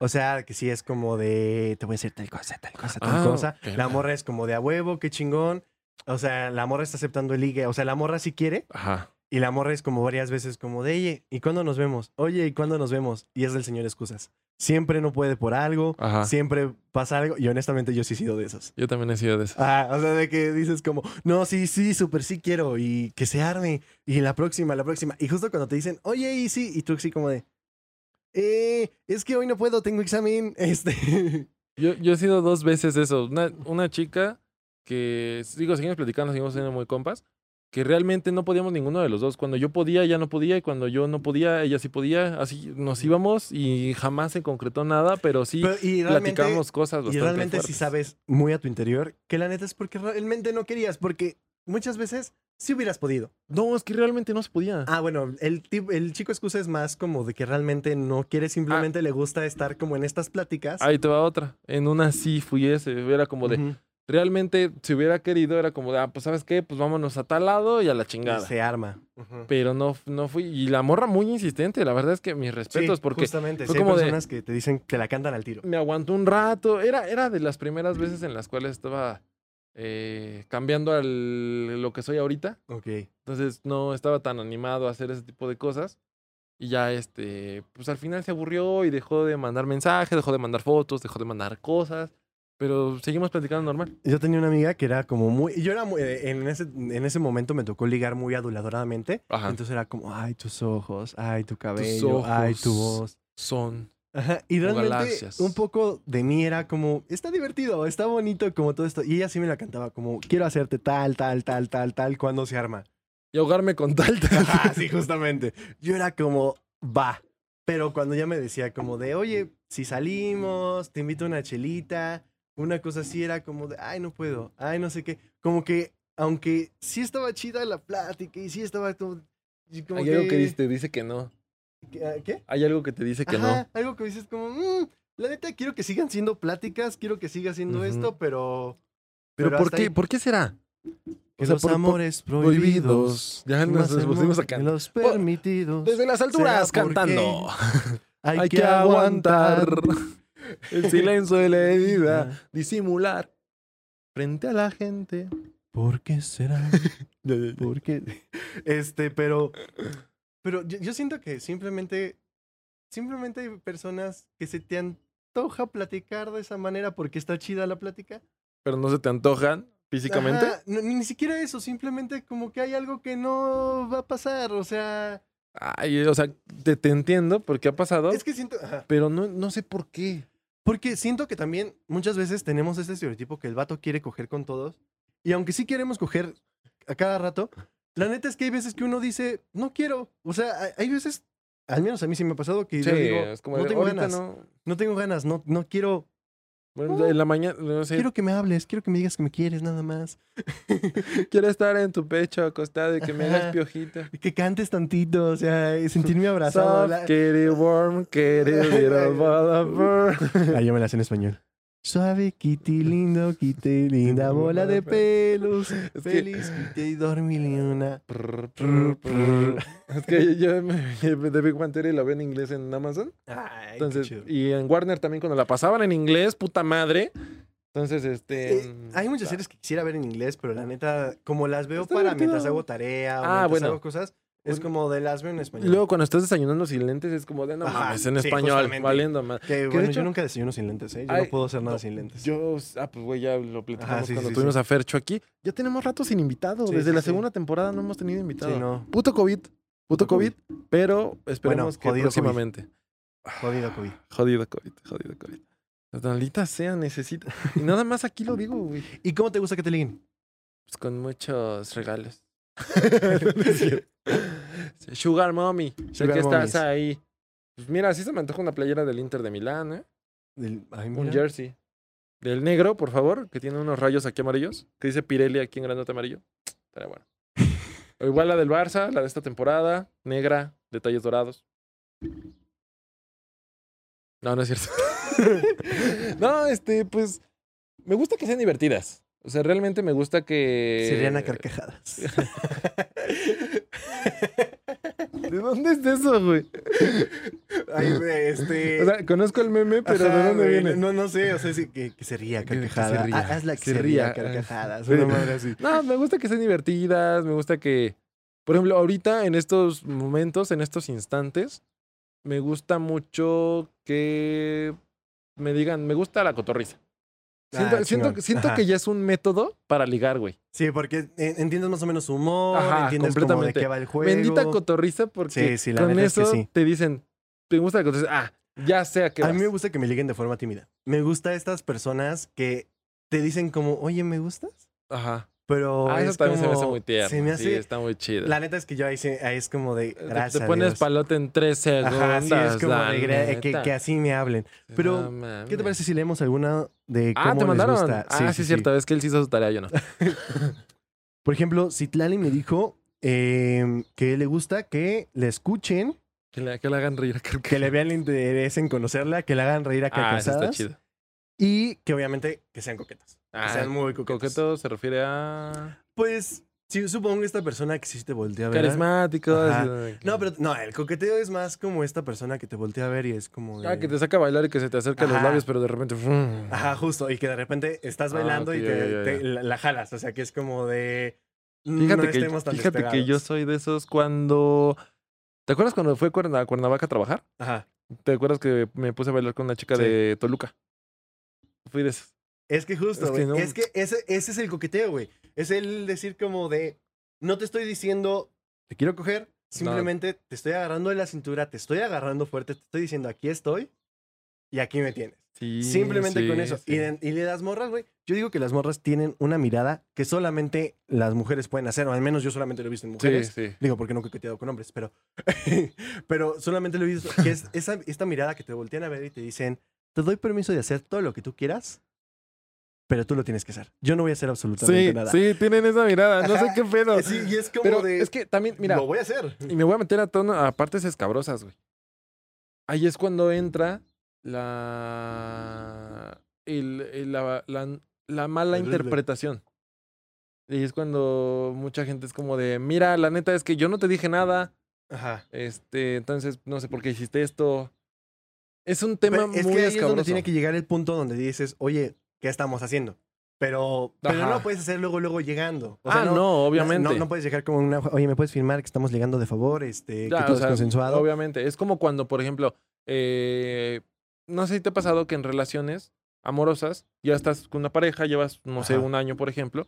O sea, que sí es como de, te voy a decir tal cosa, tal cosa, tal Ah, cosa. ok. La morra es como de a huevo, qué chingón. O sea, la morra está aceptando el ligue. O sea, la morra sí quiere. Ajá. Y la morra es como varias veces como de, oye, ¿y cuándo nos vemos? Oye, ¿y cuándo nos vemos? Y es el señor excusas. Siempre no puede por algo. Ajá. Siempre pasa algo. Y honestamente yo sí he sido de esos. Yo también he sido de esas. Ah, o sea, de que dices como, no, sí, sí, súper sí quiero. Y que se arme. Y la próxima, la próxima. Y justo cuando te dicen, oye, y sí. Y tú sí como de, eh, es que hoy no puedo, tengo examen. [LAUGHS] Este... Yo, yo he sido dos veces eso. Una, una chica que, digo, seguimos platicando, seguimos siendo muy compas, que realmente no podíamos ninguno de los dos. Cuando yo podía, ella no podía, y cuando yo no podía, ella sí podía. Así nos íbamos y jamás se concretó nada, pero sí Pero- y realmente, platicábamos cosas y bastante realmente si fuertes. sabes muy a tu interior que la neta es porque realmente no querías, porque muchas veces sí hubieras podido. No, es que realmente no se podía. Ah, bueno, el, tip- el chico excusa es más como de que realmente no Ah. quiere, simplemente le gusta estar como en estas pláticas. Ahí te va otra. En una sí fui ese. Era como de, Ujú. realmente si hubiera querido, era como de, ah, pues sabes qué, pues vámonos a tal lado y a la Y chingada. se arma. Ujú. Pero no, no fui. Y la morra muy insistente, la verdad es que mis Sí, respetos, porque justamente, fue sí hay como de- personas que te dicen, te la cantan al tiro. me aguantó un rato. Era, era de las primeras veces en las cuales estaba eh, cambiando al, lo que soy ahorita. Ok. Entonces no estaba tan animado a hacer ese tipo de cosas. Y ya, este, pues al final se aburrió y dejó de mandar mensajes, dejó de mandar fotos, dejó de mandar cosas. Pero seguimos platicando normal. Yo tenía una amiga que era como muy, yo era muy, en ese, en ese momento me tocó ligar muy aduladoramente. Ajá. Entonces era como, ay, tus ojos, ay, tu cabello, ojos. ay, tu voz. Son. Ajá, y realmente galaxias. un poco de mí era como, está divertido, está bonito como todo esto. Y ella sí me la cantaba como, quiero hacerte tal, tal, tal, tal, tal, cuando se arma. Y ahogarme con [LAUGHS] tal. tal. Ajá, sí, justamente. Yo era como, va. Pero cuando ya me decía como de, oye, si salimos, te invito a una chelita, una cosa así, era como de, ay, no puedo, ay, no sé qué. Como que, aunque sí estaba chida la plática y sí estaba todo... y como Hay algo que dice- te dice que no. que- ah, ¿Qué? Hay algo que te dice que Ajá, algo que dices como, "Mm, la neta quiero que sigan siendo pláticas, quiero que siga siendo Ujú. esto, pero... no. Pero, ¿por hasta qué? ahí". ¿Por qué será? Que O sea, los por- por- amores prohibidos. Prohibidos. Ya nos, más nos pusimos a amor que cantar. Los permitidos. Desde las alturas ¿Será por cantando. Hay, Hay que aguantar [LAUGHS] el silencio de la herida. Ah. Disimular. Frente a la gente. ¿Por qué será? ¿Por qué? [LAUGHS] Este, pero... Pero yo, yo siento que simplemente... Simplemente hay personas que se te antoja platicar de esa manera porque está chida la plática. Pero no se te antojan físicamente. Ajá, no, ni, ni siquiera eso, simplemente como que hay algo que no va a pasar, o sea, Ay, o sea, te, te entiendo porque ha pasado, Es que siento. ajá. pero no, no sé por qué. Porque siento que también muchas veces tenemos este estereotipo que el vato quiere coger con todos. Y aunque sí queremos coger a cada rato, la neta es que hay veces que uno dice, no quiero. O sea, hay- hay veces, al menos a mí sí me ha pasado que yo Sí, digo, es como no de, tengo "Ahorita ganas, no. no". tengo ganas, no, no quiero, Bueno, No. en la mañana, no sé, quiero que me hables, quiero que me digas que me quieres nada más, quiero estar en tu pecho acostado y que me Ajá. hagas piojita. que cantes tantito, o sea, y sentirme abrazado. Soft La- kitty warm kitty [LAUGHS] little ball of [LAUGHS] fur. Ah, yo me la sé en español. Suave, [LAUGHS] kitty lindo, kitty linda, bola de pelos. que- Feliz, kitty dormilona. Prr, prr, prr. [LAUGHS] Es que yo me de Big Bang Theory la veo en inglés en Amazon. Ay, qué Entonces, chido. y en Warner también cuando la pasaban en inglés, puta madre. Entonces, este. Eh, hay muchas series que quisiera ver en inglés, pero la neta, como las veo Está para divertido. mientras hago tarea o Ah, mientras bueno. hago cosas, es Bueno. como de las veo en español. Luego cuando estás desayunando sin lentes es como de no Ajá, mames, en sí, español, justamente. valiendo más. que, bueno, hecho- yo nunca desayuno sin lentes, ¿eh? Yo Ay, no puedo hacer nada no, sin lentes. Yo, ah, pues güey, ya lo platicamos sí, sí, cuando sí, tuvimos a Fercho aquí. Ya tenemos rato sin invitado. Sí, Desde sí, la sí. segunda temporada no hemos tenido invitado. sí, no, Puto COVID, puto Puto COVID, pero esperemos que jodido COVID. próximamente. jodido COVID. Jodido COVID, jodido COVID. Maldita sea, necesita. Y nada más aquí lo digo, güey. ¿Y cómo te gusta que te liguen? Pues con muchos regalos. [LAUGHS] No es cierto. Sugar Mommy, sé Sugar que mommies. estás ahí. Pues mira, así se me antoja una playera del Inter de Milán, ¿eh? Del- ay, Un mira. jersey. Del negro, por favor, que tiene unos rayos aquí amarillos. Que dice Pirelli aquí en grandote amarillo. [LAUGHS] Estaría bueno. O igual la del Barça, la de esta temporada. Negra, detalles dorados. No, no es cierto. [LAUGHS] no, este, pues. Me gusta que sean divertidas. O sea, realmente me gusta que. Serían a [LAUGHS] carcajadas. [LAUGHS] ¿De dónde es eso, güey? Ay, güey, este... O sea, conozco el meme, pero Ajá, ¿de dónde güey, viene? No, no sé, o sea, sí, que, que se ría a Que- eh. que se carcajadas. ría, Ah, Hazla que se se ría a ría. carcajadas. Sí. Una madre así. No, me gusta que sean divertidas, me gusta que, por ejemplo, ahorita en estos momentos, en estos instantes, me gusta mucho que me digan, me gusta la cotorriza. [LAUGHS] Siento, Ah, siento- chingón. siento Ajá. que ya es un método para ligar, güey. Sí, porque eh, entiendes más o menos su humor, Ajá, entiendes como de completamente. qué va el juego. Bendita cotorriza porque Sí, sí, la con neta es eso que sí. te dicen, ¿te gusta la cotorriza? Ah, ya sea que... A mí me gusta que me liguen de forma tímida. Me gusta estas personas que te dicen como, oye, ¿me gustas? Ajá. Pero Ah, Oh, es eso también se me hace como- muy tierno. se me Sí, hace- está muy chido. La neta es que yo ahí, sí- ahí es como de, Te- gracias te a pones Dios". palote en tres segundos. Ajá, sí, es como la de, "Gra- eh, que, neta. que así me hablen. pero, No ¿Qué te mames. parece si leemos alguna de cómo Ah, te les mandaron. gusta? Ah, sí, es cierto. Es que él sí hizo su tarea, yo no. Por ejemplo, Citlali me dijo eh, que le gusta que le escuchen, Que le, que le hagan reír a Carcajadas. que le vean el interés en conocerla, que le hagan reír a Ah, eso está carcajadas chido. y que obviamente que sean coquetas. Ah, que sean muy coquetas. Coqueto se refiere a. Pues sí, supongo que esta persona que sí te voltea a ver. Carismático. Ajá. así- No, pero no, el coqueteo es más como esta persona que te voltea a ver y es como de... Ah, que te saca a bailar y que se te acerca a los Ajá. labios, pero de repente. Ajá, justo, y que de repente estás Ah, bailando ok, y ya, te, ya, ya. te- la, la jalas, o sea que es como de... mm, Fíjate, no que, estemos tan fíjate que yo despegados. soy de esos cuando. ¿Te acuerdas cuando fue a Cuerna- a Cuernavaca a trabajar? Ajá. ¿Te acuerdas que me puse a bailar con una chica Sí. de Toluca? Fui de esos. Es que justo, Es que güey, es que, no. ese, ese es el coqueteo, güey. Es el decir como de, no te estoy diciendo, te quiero coger, simplemente te estoy agarrando de la cintura, te estoy agarrando fuerte, te estoy diciendo, aquí estoy y aquí me tienes. Sí, Simplemente sí, con eso. sí. Y, de- y de las morras, güey, yo digo que las morras tienen una mirada que solamente las mujeres pueden hacer, o al menos yo solamente lo he visto en Sí, mujeres. sí. Digo, porque no he coqueteado con hombres, pero, [LAUGHS] pero solamente lo he visto, que [LAUGHS] es esa- esta mirada que te voltean a ver y te dicen, te doy permiso de hacer todo lo que tú quieras, pero tú lo tienes que hacer. Yo no voy a hacer absolutamente Sí, nada. sí, tienen esa mirada. No sé Ajá, qué pedo. Sí, y es como Pero de, es que también, mira, lo voy a hacer. y me voy a meter a, tono, a partes escabrosas, güey. Ahí es cuando entra la. el- el- la, la- la mala El ruido. interpretación. Y es cuando mucha gente es como de: Mira, la neta es que yo no te dije nada. Ajá. Este, entonces no sé por qué hiciste esto. Es un tema Pero es muy que ahí es escabroso. donde tiene que llegar el punto donde dices, oye, ¿qué estamos haciendo? Pero, pero Ajá. no puedes hacer luego, luego llegando. O sea, ah, no, obviamente. No, no puedes llegar como una, oye, ¿me puedes firmar que estamos ligando de favor? Este, Ya, que o todo sea, es consensuado. Obviamente. Es como cuando, por ejemplo, eh, no sé si te ha pasado que en relaciones amorosas ya estás con una pareja, llevas, no sé, Ajá. un año, por ejemplo,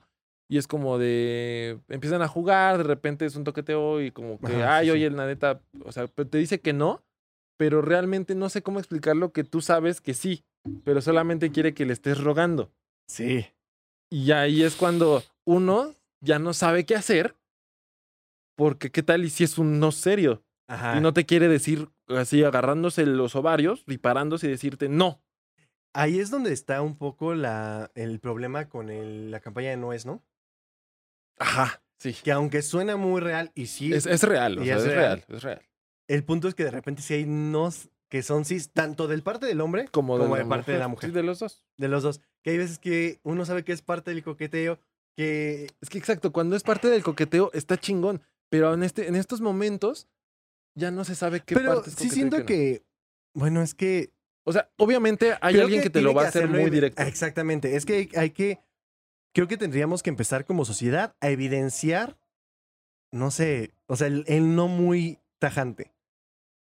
Y es como de. Empiezan a jugar, de repente es un toqueteo y como que. Ajá, ay, sí, sí. oye, la neta. O sea, pero te dice que no, pero realmente no sé cómo explicarlo que tú sabes que sí, pero solamente quiere que le estés rogando. Sí. Y ahí es cuando uno ya no sabe qué hacer, porque qué tal y si es un no serio Ajá. y no te quiere decir así agarrándose los ovarios y parándose y decirte no. Ahí es donde está un poco la, el problema con el- la campaña de Nuez, ¿no? Ajá, sí. Que aunque suena muy real y sí, Es, es real, o Y sea, es es real. es real. el punto es que de repente sí hay nos que son cis, tanto del parte del hombre Como, Como la de parte de la mujer. Sí, de los dos. de los dos. Que hay veces que uno sabe que es parte del coqueteo, que Es que exacto, cuando es parte del coqueteo está chingón, pero en, este, en estos momentos ya no se sabe qué pero parte es sí coqueteo y siento qué no. que bueno es que O sea, obviamente hay creo alguien que te tiene lo va a hacer hacerlo muy evi- directo. exactamente es que hay, hay que creo que tendríamos que empezar como sociedad a evidenciar no sé o sea el, el no muy tajante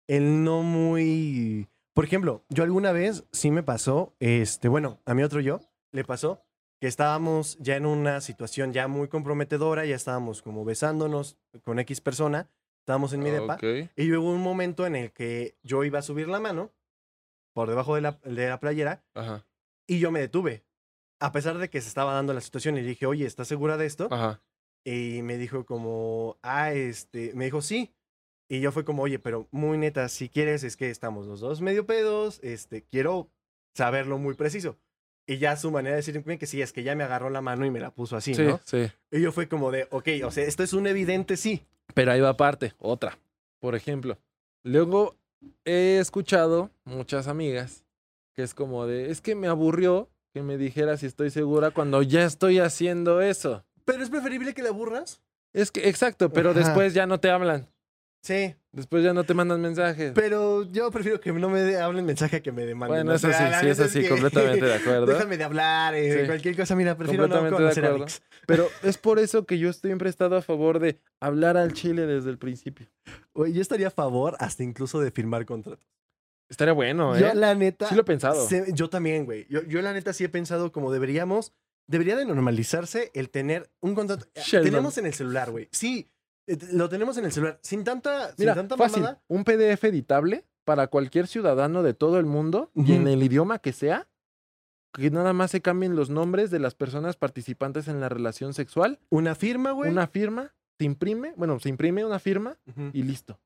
el no muy por ejemplo yo alguna vez sí me pasó este bueno a mi otro yo le pasó que estábamos ya en una situación ya muy comprometedora ya estábamos como besándonos con X persona estábamos en mi depa Ok. y hubo un momento en el que yo iba a subir la mano por debajo de la, de la playera Ajá, y yo me detuve. A pesar de que se estaba dando la situación y le dije, oye, ¿estás segura de esto? ajá. Y me dijo como, ah, este, me dijo sí. Y yo fue como, oye, pero muy neta, si quieres es que estamos los dos medio pedos, este, quiero saberlo muy preciso. Y ya su manera de decirme que sí es que ya me agarró la mano y me la puso así, Sí, ¿no? sí. Y yo fue como de, ok, o sea, esto es un evidente sí. Pero ahí va aparte, otra. Por ejemplo, luego he escuchado muchas amigas que es como de, es que me aburrió que me dijera si estoy segura cuando ya estoy haciendo eso. Pero es preferible que la aburras. Es que, exacto, pero Ajá. después ya no te hablan. Sí, Después ya no te mandan mensajes. Pero yo prefiero que no me de- hablen mensaje a que me demanden. bueno, O eso sí, sea, la sí, neta eso sí, que- [LAUGHS] completamente de acuerdo. Déjame de hablar, eh, Sí. cualquier cosa, mira, prefiero no Completamente de conocer a acuerdo. Alex. Pero es por eso que yo siempre he estado a favor de hablar al chile desde el principio. Güey, yo estaría a favor hasta incluso de firmar contratos. Estaría bueno, ¿eh? Yo la neta... Sí lo he pensado. se- yo también, güey. Yo, yo la neta sí he pensado como deberíamos... Debería de normalizarse el tener un contrato... Eh, Sheldon. Tenemos en el celular, güey. Sí, eh, lo tenemos en el celular. Sin tanta, sin Mira, tanta fácil, mamada. un PDF editable para cualquier ciudadano de todo el mundo y en Ujú. el idioma que sea, que nada más se cambien los nombres de las personas participantes en la relación sexual, Una firma, güey. una firma, se imprime, bueno, se imprime una firma Ujú. y listo.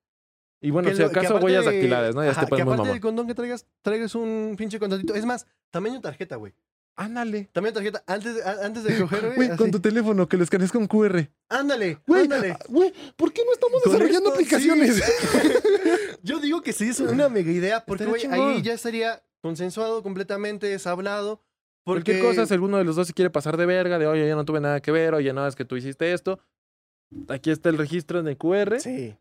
Y bueno, Que si lo- que acaso aparte huellas de- dactilares, ¿no? Ya ajá, te Que pones muy aparte del mamón. condón que traigas, traigas un pinche contratito. Es más, tamaño tarjeta, güey. Ándale. También tarjeta, antes de, a- antes de coger, güey. Güey, con así. tu teléfono, que lo escanees con QR. Ándale, Güey, ándale. ah, güey, ¿por qué no estamos Con desarrollando esto, sí. aplicaciones? Yo digo que sí es una mega idea, porque güey, Estaría ahí chingón. ya estaría consensuado completamente, es hablado. Porque Cualquier cosa, si alguno de los dos se quiere pasar de verga, de oye, yo no tuve nada que ver, oye, no, es que tú hiciste esto. Aquí está el registro en el QR. Sí.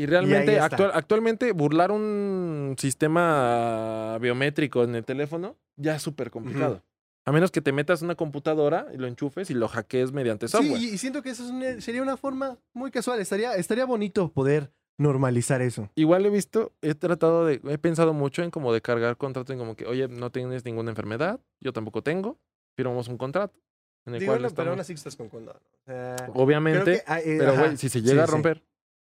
Y ahí realmente, está. actual- actualmente, burlar un sistema biométrico en el teléfono ya es súper complicado. A menos que te metas una computadora y lo enchufes y lo hackees mediante Sí, software. y- y siento que eso es una- sería una forma muy casual. Estaría, estaría bonito poder normalizar eso. Igual he visto, he tratado de, he pensado mucho en como de cargar contrato en como que, oye, no tienes ninguna enfermedad, yo tampoco tengo, firmamos un contrato. En el Digo, cual no, pero estamos- aún así estás con condón. O sea, creo Obviamente, que, ah, eh, pero ajá. güey, si se llega a Sí, sí. romper,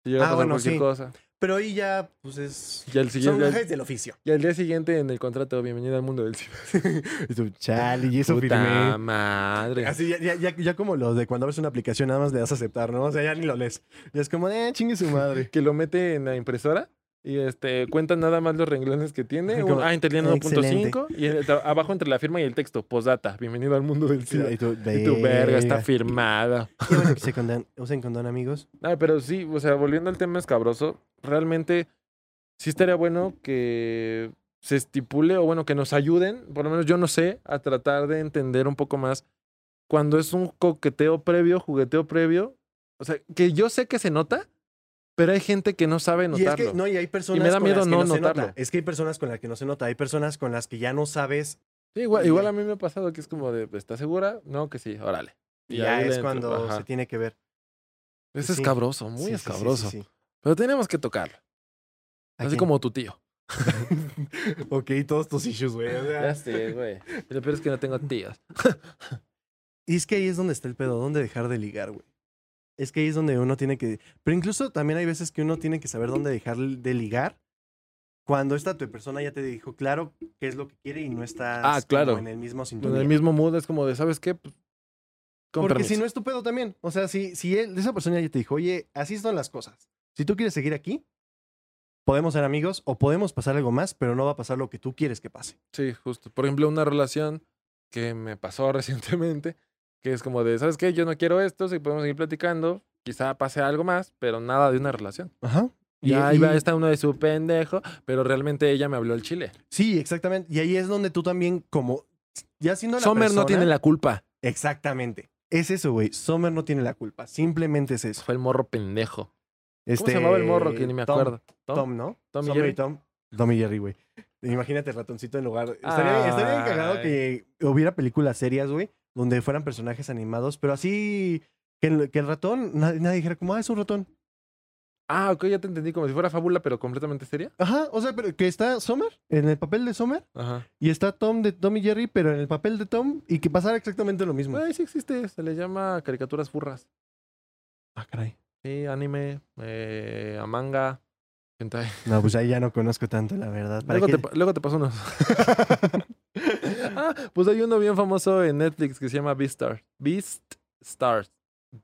si llega a Ah, pasar bueno, cualquier sí. cosa. Pero ahí ya, pues es. Y al, Son siguiente, gajes del oficio. y al día siguiente en el contrato, bienvenido al mundo del ciber. [LAUGHS] Y tú, chale, y eso Puta firmé. madre. Así, ya, ya, ya, ya como los de cuando abres una aplicación, nada más le das a aceptar, ¿no? O sea, ya ni lo lees. Ya es como, eh, chingue [LAUGHS] su madre. que lo mete en la impresora y este cuenta nada más los renglones que tiene. Como, Un- ah, italiano excelente. 1.5 y el- tra- abajo entre la firma y el texto, posdata, bienvenido al mundo del SIDA. Y tú, Y tu verga está firmada. Qué bueno que se condón- usen condón, amigos. Ah, pero sí, o sea, volviendo al tema escabroso, realmente sí estaría bueno que se estipule o bueno, que nos ayuden, por lo menos yo no sé, a tratar de entender un poco más cuando es un coqueteo previo, jugueteo previo, o sea, que yo sé que se nota, pero hay gente que no sabe Y es notarlo. que, no, y hay personas da con miedo las que no no, se nota. notarlo. Es que hay personas con las que no se nota. Hay personas con las que ya no sabes. Sí, igual, Y igual ya. a mí me ha pasado que es como de, ¿estás segura? No, que sí, órale. Y Y ya ahí es le entro, cuando ajá. se tiene que ver. Es sí. escabroso, muy Sí, sí, sí, escabroso. sí, sí. Pero tenemos que tocarlo, ¿A así quién? como tu tío. [LAUGHS] Ok, todos tus issues, güey. o sea. sé, güey. Lo peor es que no tengo tíos. Y es que ahí es donde está el pedo, dónde dejar de ligar, güey. Es que ahí es donde uno tiene que... Pero incluso también hay veces que uno tiene que saber dónde dejar de ligar cuando esta tu persona ya te dijo claro qué es lo que quiere y no estás Ah, claro. como en el mismo En sintonía. el mismo mood es como de, ¿sabes qué? Pues, con Porque permiso. si no es tu pedo también. O sea, si, si él- esa persona ya te dijo, oye, así son las cosas. Si tú quieres seguir aquí, podemos ser amigos o podemos pasar algo más, pero no va a pasar lo que tú quieres que pase. Sí, justo. Por ejemplo, una relación que me pasó [LAUGHS] recientemente, que es como de, ¿sabes qué? Yo no quiero esto, si podemos seguir platicando, quizá pase algo más, pero nada de una relación. Ajá. Y ahí va esta uno de su pendejo, pero realmente ella me habló el chile. Sí, exactamente. Y ahí es donde tú también, como ya siendo la Sommer persona, no tiene la culpa. Exactamente. Es eso, güey. Sommer no tiene la culpa. Simplemente es eso. Fue el morro pendejo. ¿Cómo Este, se llamaba el morro? Que ni me Tom- acuerdo. Tom, Tom. ¿no? Tom y Summer Jerry. Tom. Tom y Jerry, güey. Imagínate el ratoncito en lugar. Estaría, estaría bien cagado que hubiera películas serias, güey, donde fueran personajes animados, pero así que el, que el ratón, na- nadie, dijera como, ah, es un ratón. Ah, ok, ya te entendí, como si fuera fábula, pero completamente seria. Ajá, o sea, pero que está Summer en el papel de Summer Ajá. y está Tom de Tom y Jerry, pero en el papel de Tom y que pasara exactamente lo mismo. Ahí Pues, sí existe, se le llama caricaturas furras. Ah, caray. Sí, anime, eh, a manga, hentai. No, pues ahí ya no conozco tanto, la verdad. [LAUGHS] ¿Para Luego, qué? te, pa- luego te [LAUGHS] paso unos. ah, pues hay uno bien famoso en Netflix que se llama Beastars. Beastars.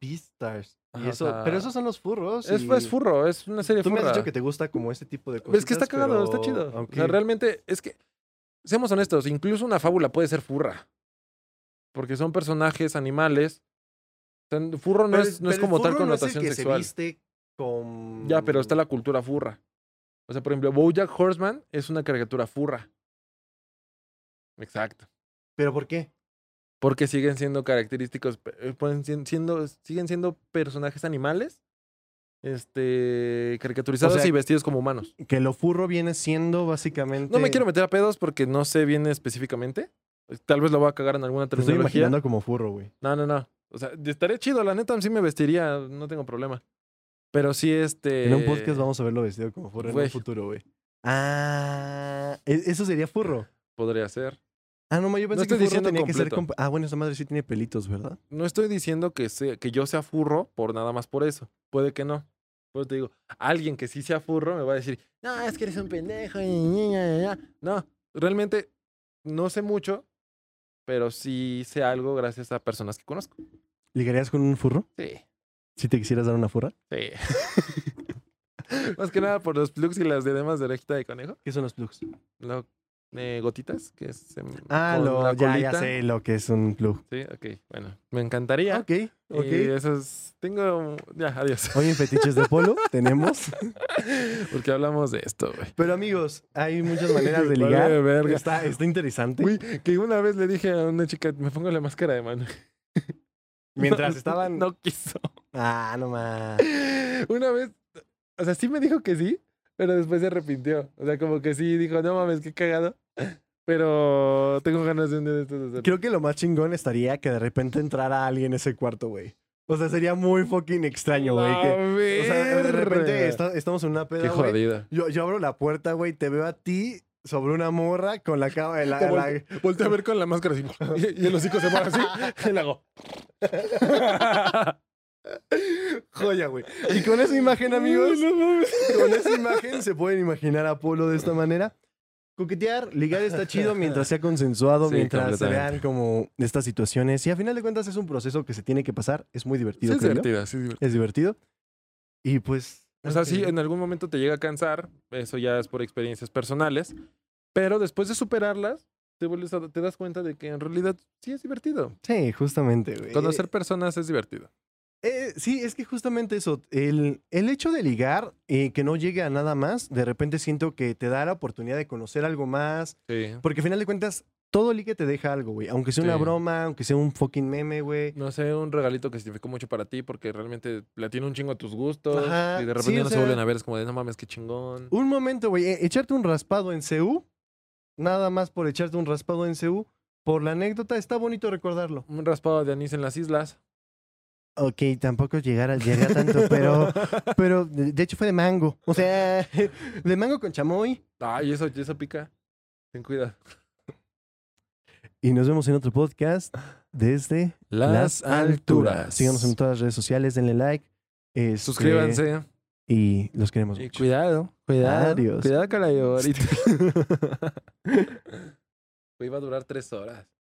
Beastars. Y Ajá, o eso, sea, pero esos son los furros. Es, y- es furro, es una serie Tú me furra. has dicho que te gusta como ese tipo de cosas. es que está cagado, está chido. O sea, realmente, es que, seamos honestos, incluso una fábula puede ser furra. Porque son personajes, animales. O sea, furro no es, no es como tal connotación sexual. con... Ya, pero está la cultura furra. O sea, por ejemplo, Bojack Horseman es una caricatura furra. Exacto. ¿Pero por qué? Porque siguen siendo característicos, pe- eh, pueden sien- siendo, siguen siendo personajes animales, este, caricaturizados sea, y vestidos como humanos. Que lo furro viene siendo básicamente... No me quiero meter a pedos porque no sé bien específicamente. Eh, Tal vez lo voy a cagar en alguna Te estoy terminología. imaginando como furro, güey. No, no, no. O sea, estaría chido, la neta, sí me vestiría, no tengo problema. Pero sí, este... En un podcast vamos a verlo vestido como furro en güey. un futuro, güey. Ah, e- eso sería furro. Podría ser. Ah, no, ma, yo pensé estoy que furro diciendo tenía que ser... completo. comp- Ah, bueno, esa madre sí tiene pelitos, ¿verdad? No estoy diciendo que, sea- que yo sea furro por nada más por eso. Puede que no. Por eso te digo, alguien que sí sea furro me va a decir, no, es que eres un pendejo. y ña, ña, ña, ña". No, realmente no sé mucho, pero sí sé algo gracias a personas que conozco. ¿Ligarías con un furro? Sí, Si te quisieras dar una furra. sí. [LAUGHS] más que nada por los plugs y las diademas de orejita de conejo. ¿Qué son los plugs? Lo, eh, gotitas, que es... em, Ah, con lo, la ya, ya colita. sé lo que es un plug. Sí, ok, bueno. Me encantaría. Ok, ok. Y eso es... Tengo... Ya, adiós. Hoy en Fetiches de Polo [LAUGHS] tenemos. Porque hablamos de esto, güey. Pero amigos, hay muchas maneras de ligar. Vale, verga. Está, está interesante. Güey, que una vez le dije a una chica, me pongo la máscara de mano. [LAUGHS] Mientras estaban. No [LAUGHS] quiso. Ah, no más. Una vez, o sea, sí me dijo que sí, pero después se arrepintió. O sea, como que sí, dijo, no mames, qué cagado. Pero tengo ganas de un día de estos de hacerlo. Creo que lo más chingón estaría que de repente entrara alguien a ese cuarto, güey. O sea, sería muy fucking extraño, güey. que- O sea, de repente está- estamos en una Qué peda, güey. jodida. Yo, yo abro la puerta, güey, te veo a ti sobre una morra con la cama de la. Te la- Volté a ver con la máscara así, y, y el hocico se para así, [LAUGHS] y le hago. Joya, güey. Y con esa imagen, amigos. No mames. Con esa imagen se pueden imaginar a Polo de esta manera. Coquetear, ligar está chido mientras sea consensuado, Sí, mientras se completamente. vean como estas situaciones. Y a final de cuentas es un proceso que se tiene que pasar. Es muy Sí, divertido. es créelo. divertida, sí, es divertida. Es divertido. Y pues... O sea, sí, creo que- en algún momento te llega a cansar, eso ya es por experiencias personales, pero después de superarlas, te, vuelves a- te das cuenta de que en realidad sí es divertido. Sí, justamente, güey. Conocer personas es divertido. Eh, sí, es que justamente eso, el, el hecho de ligar y que no llegue a nada más, de repente siento que te da la oportunidad de conocer algo más, Sí. porque al final de cuentas, todo ligue te deja algo, güey, aunque sea una Sí. broma, aunque sea un fucking meme, güey. No sé, un regalito que significó mucho para ti porque realmente la tiene un chingo a tus gustos Ajá, y de sí, repente o no se sea- vuelven a ver, es como de no mames, qué chingón. Un momento, güey. e- Echarte un raspado en CU, nada más por echarte un raspado en CU, por la anécdota, está bonito recordarlo. Un raspado de anís en las islas. Ok, tampoco llegar a, llegar [LAUGHS] tanto, pero, pero de de hecho fue de mango. O [LAUGHS] sea, de mango con chamoy. Ay, eso, eso pica. Ten cuidado. Y nos vemos en otro podcast desde Las alturas. Síganos en todas las redes sociales, denle like. este, Suscríbanse. Y los queremos Y mucho. cuidado, cuidado. Adiós. [LAUGHS] Cuidado con la llorita. Güey, iba Pues a durar tres horas.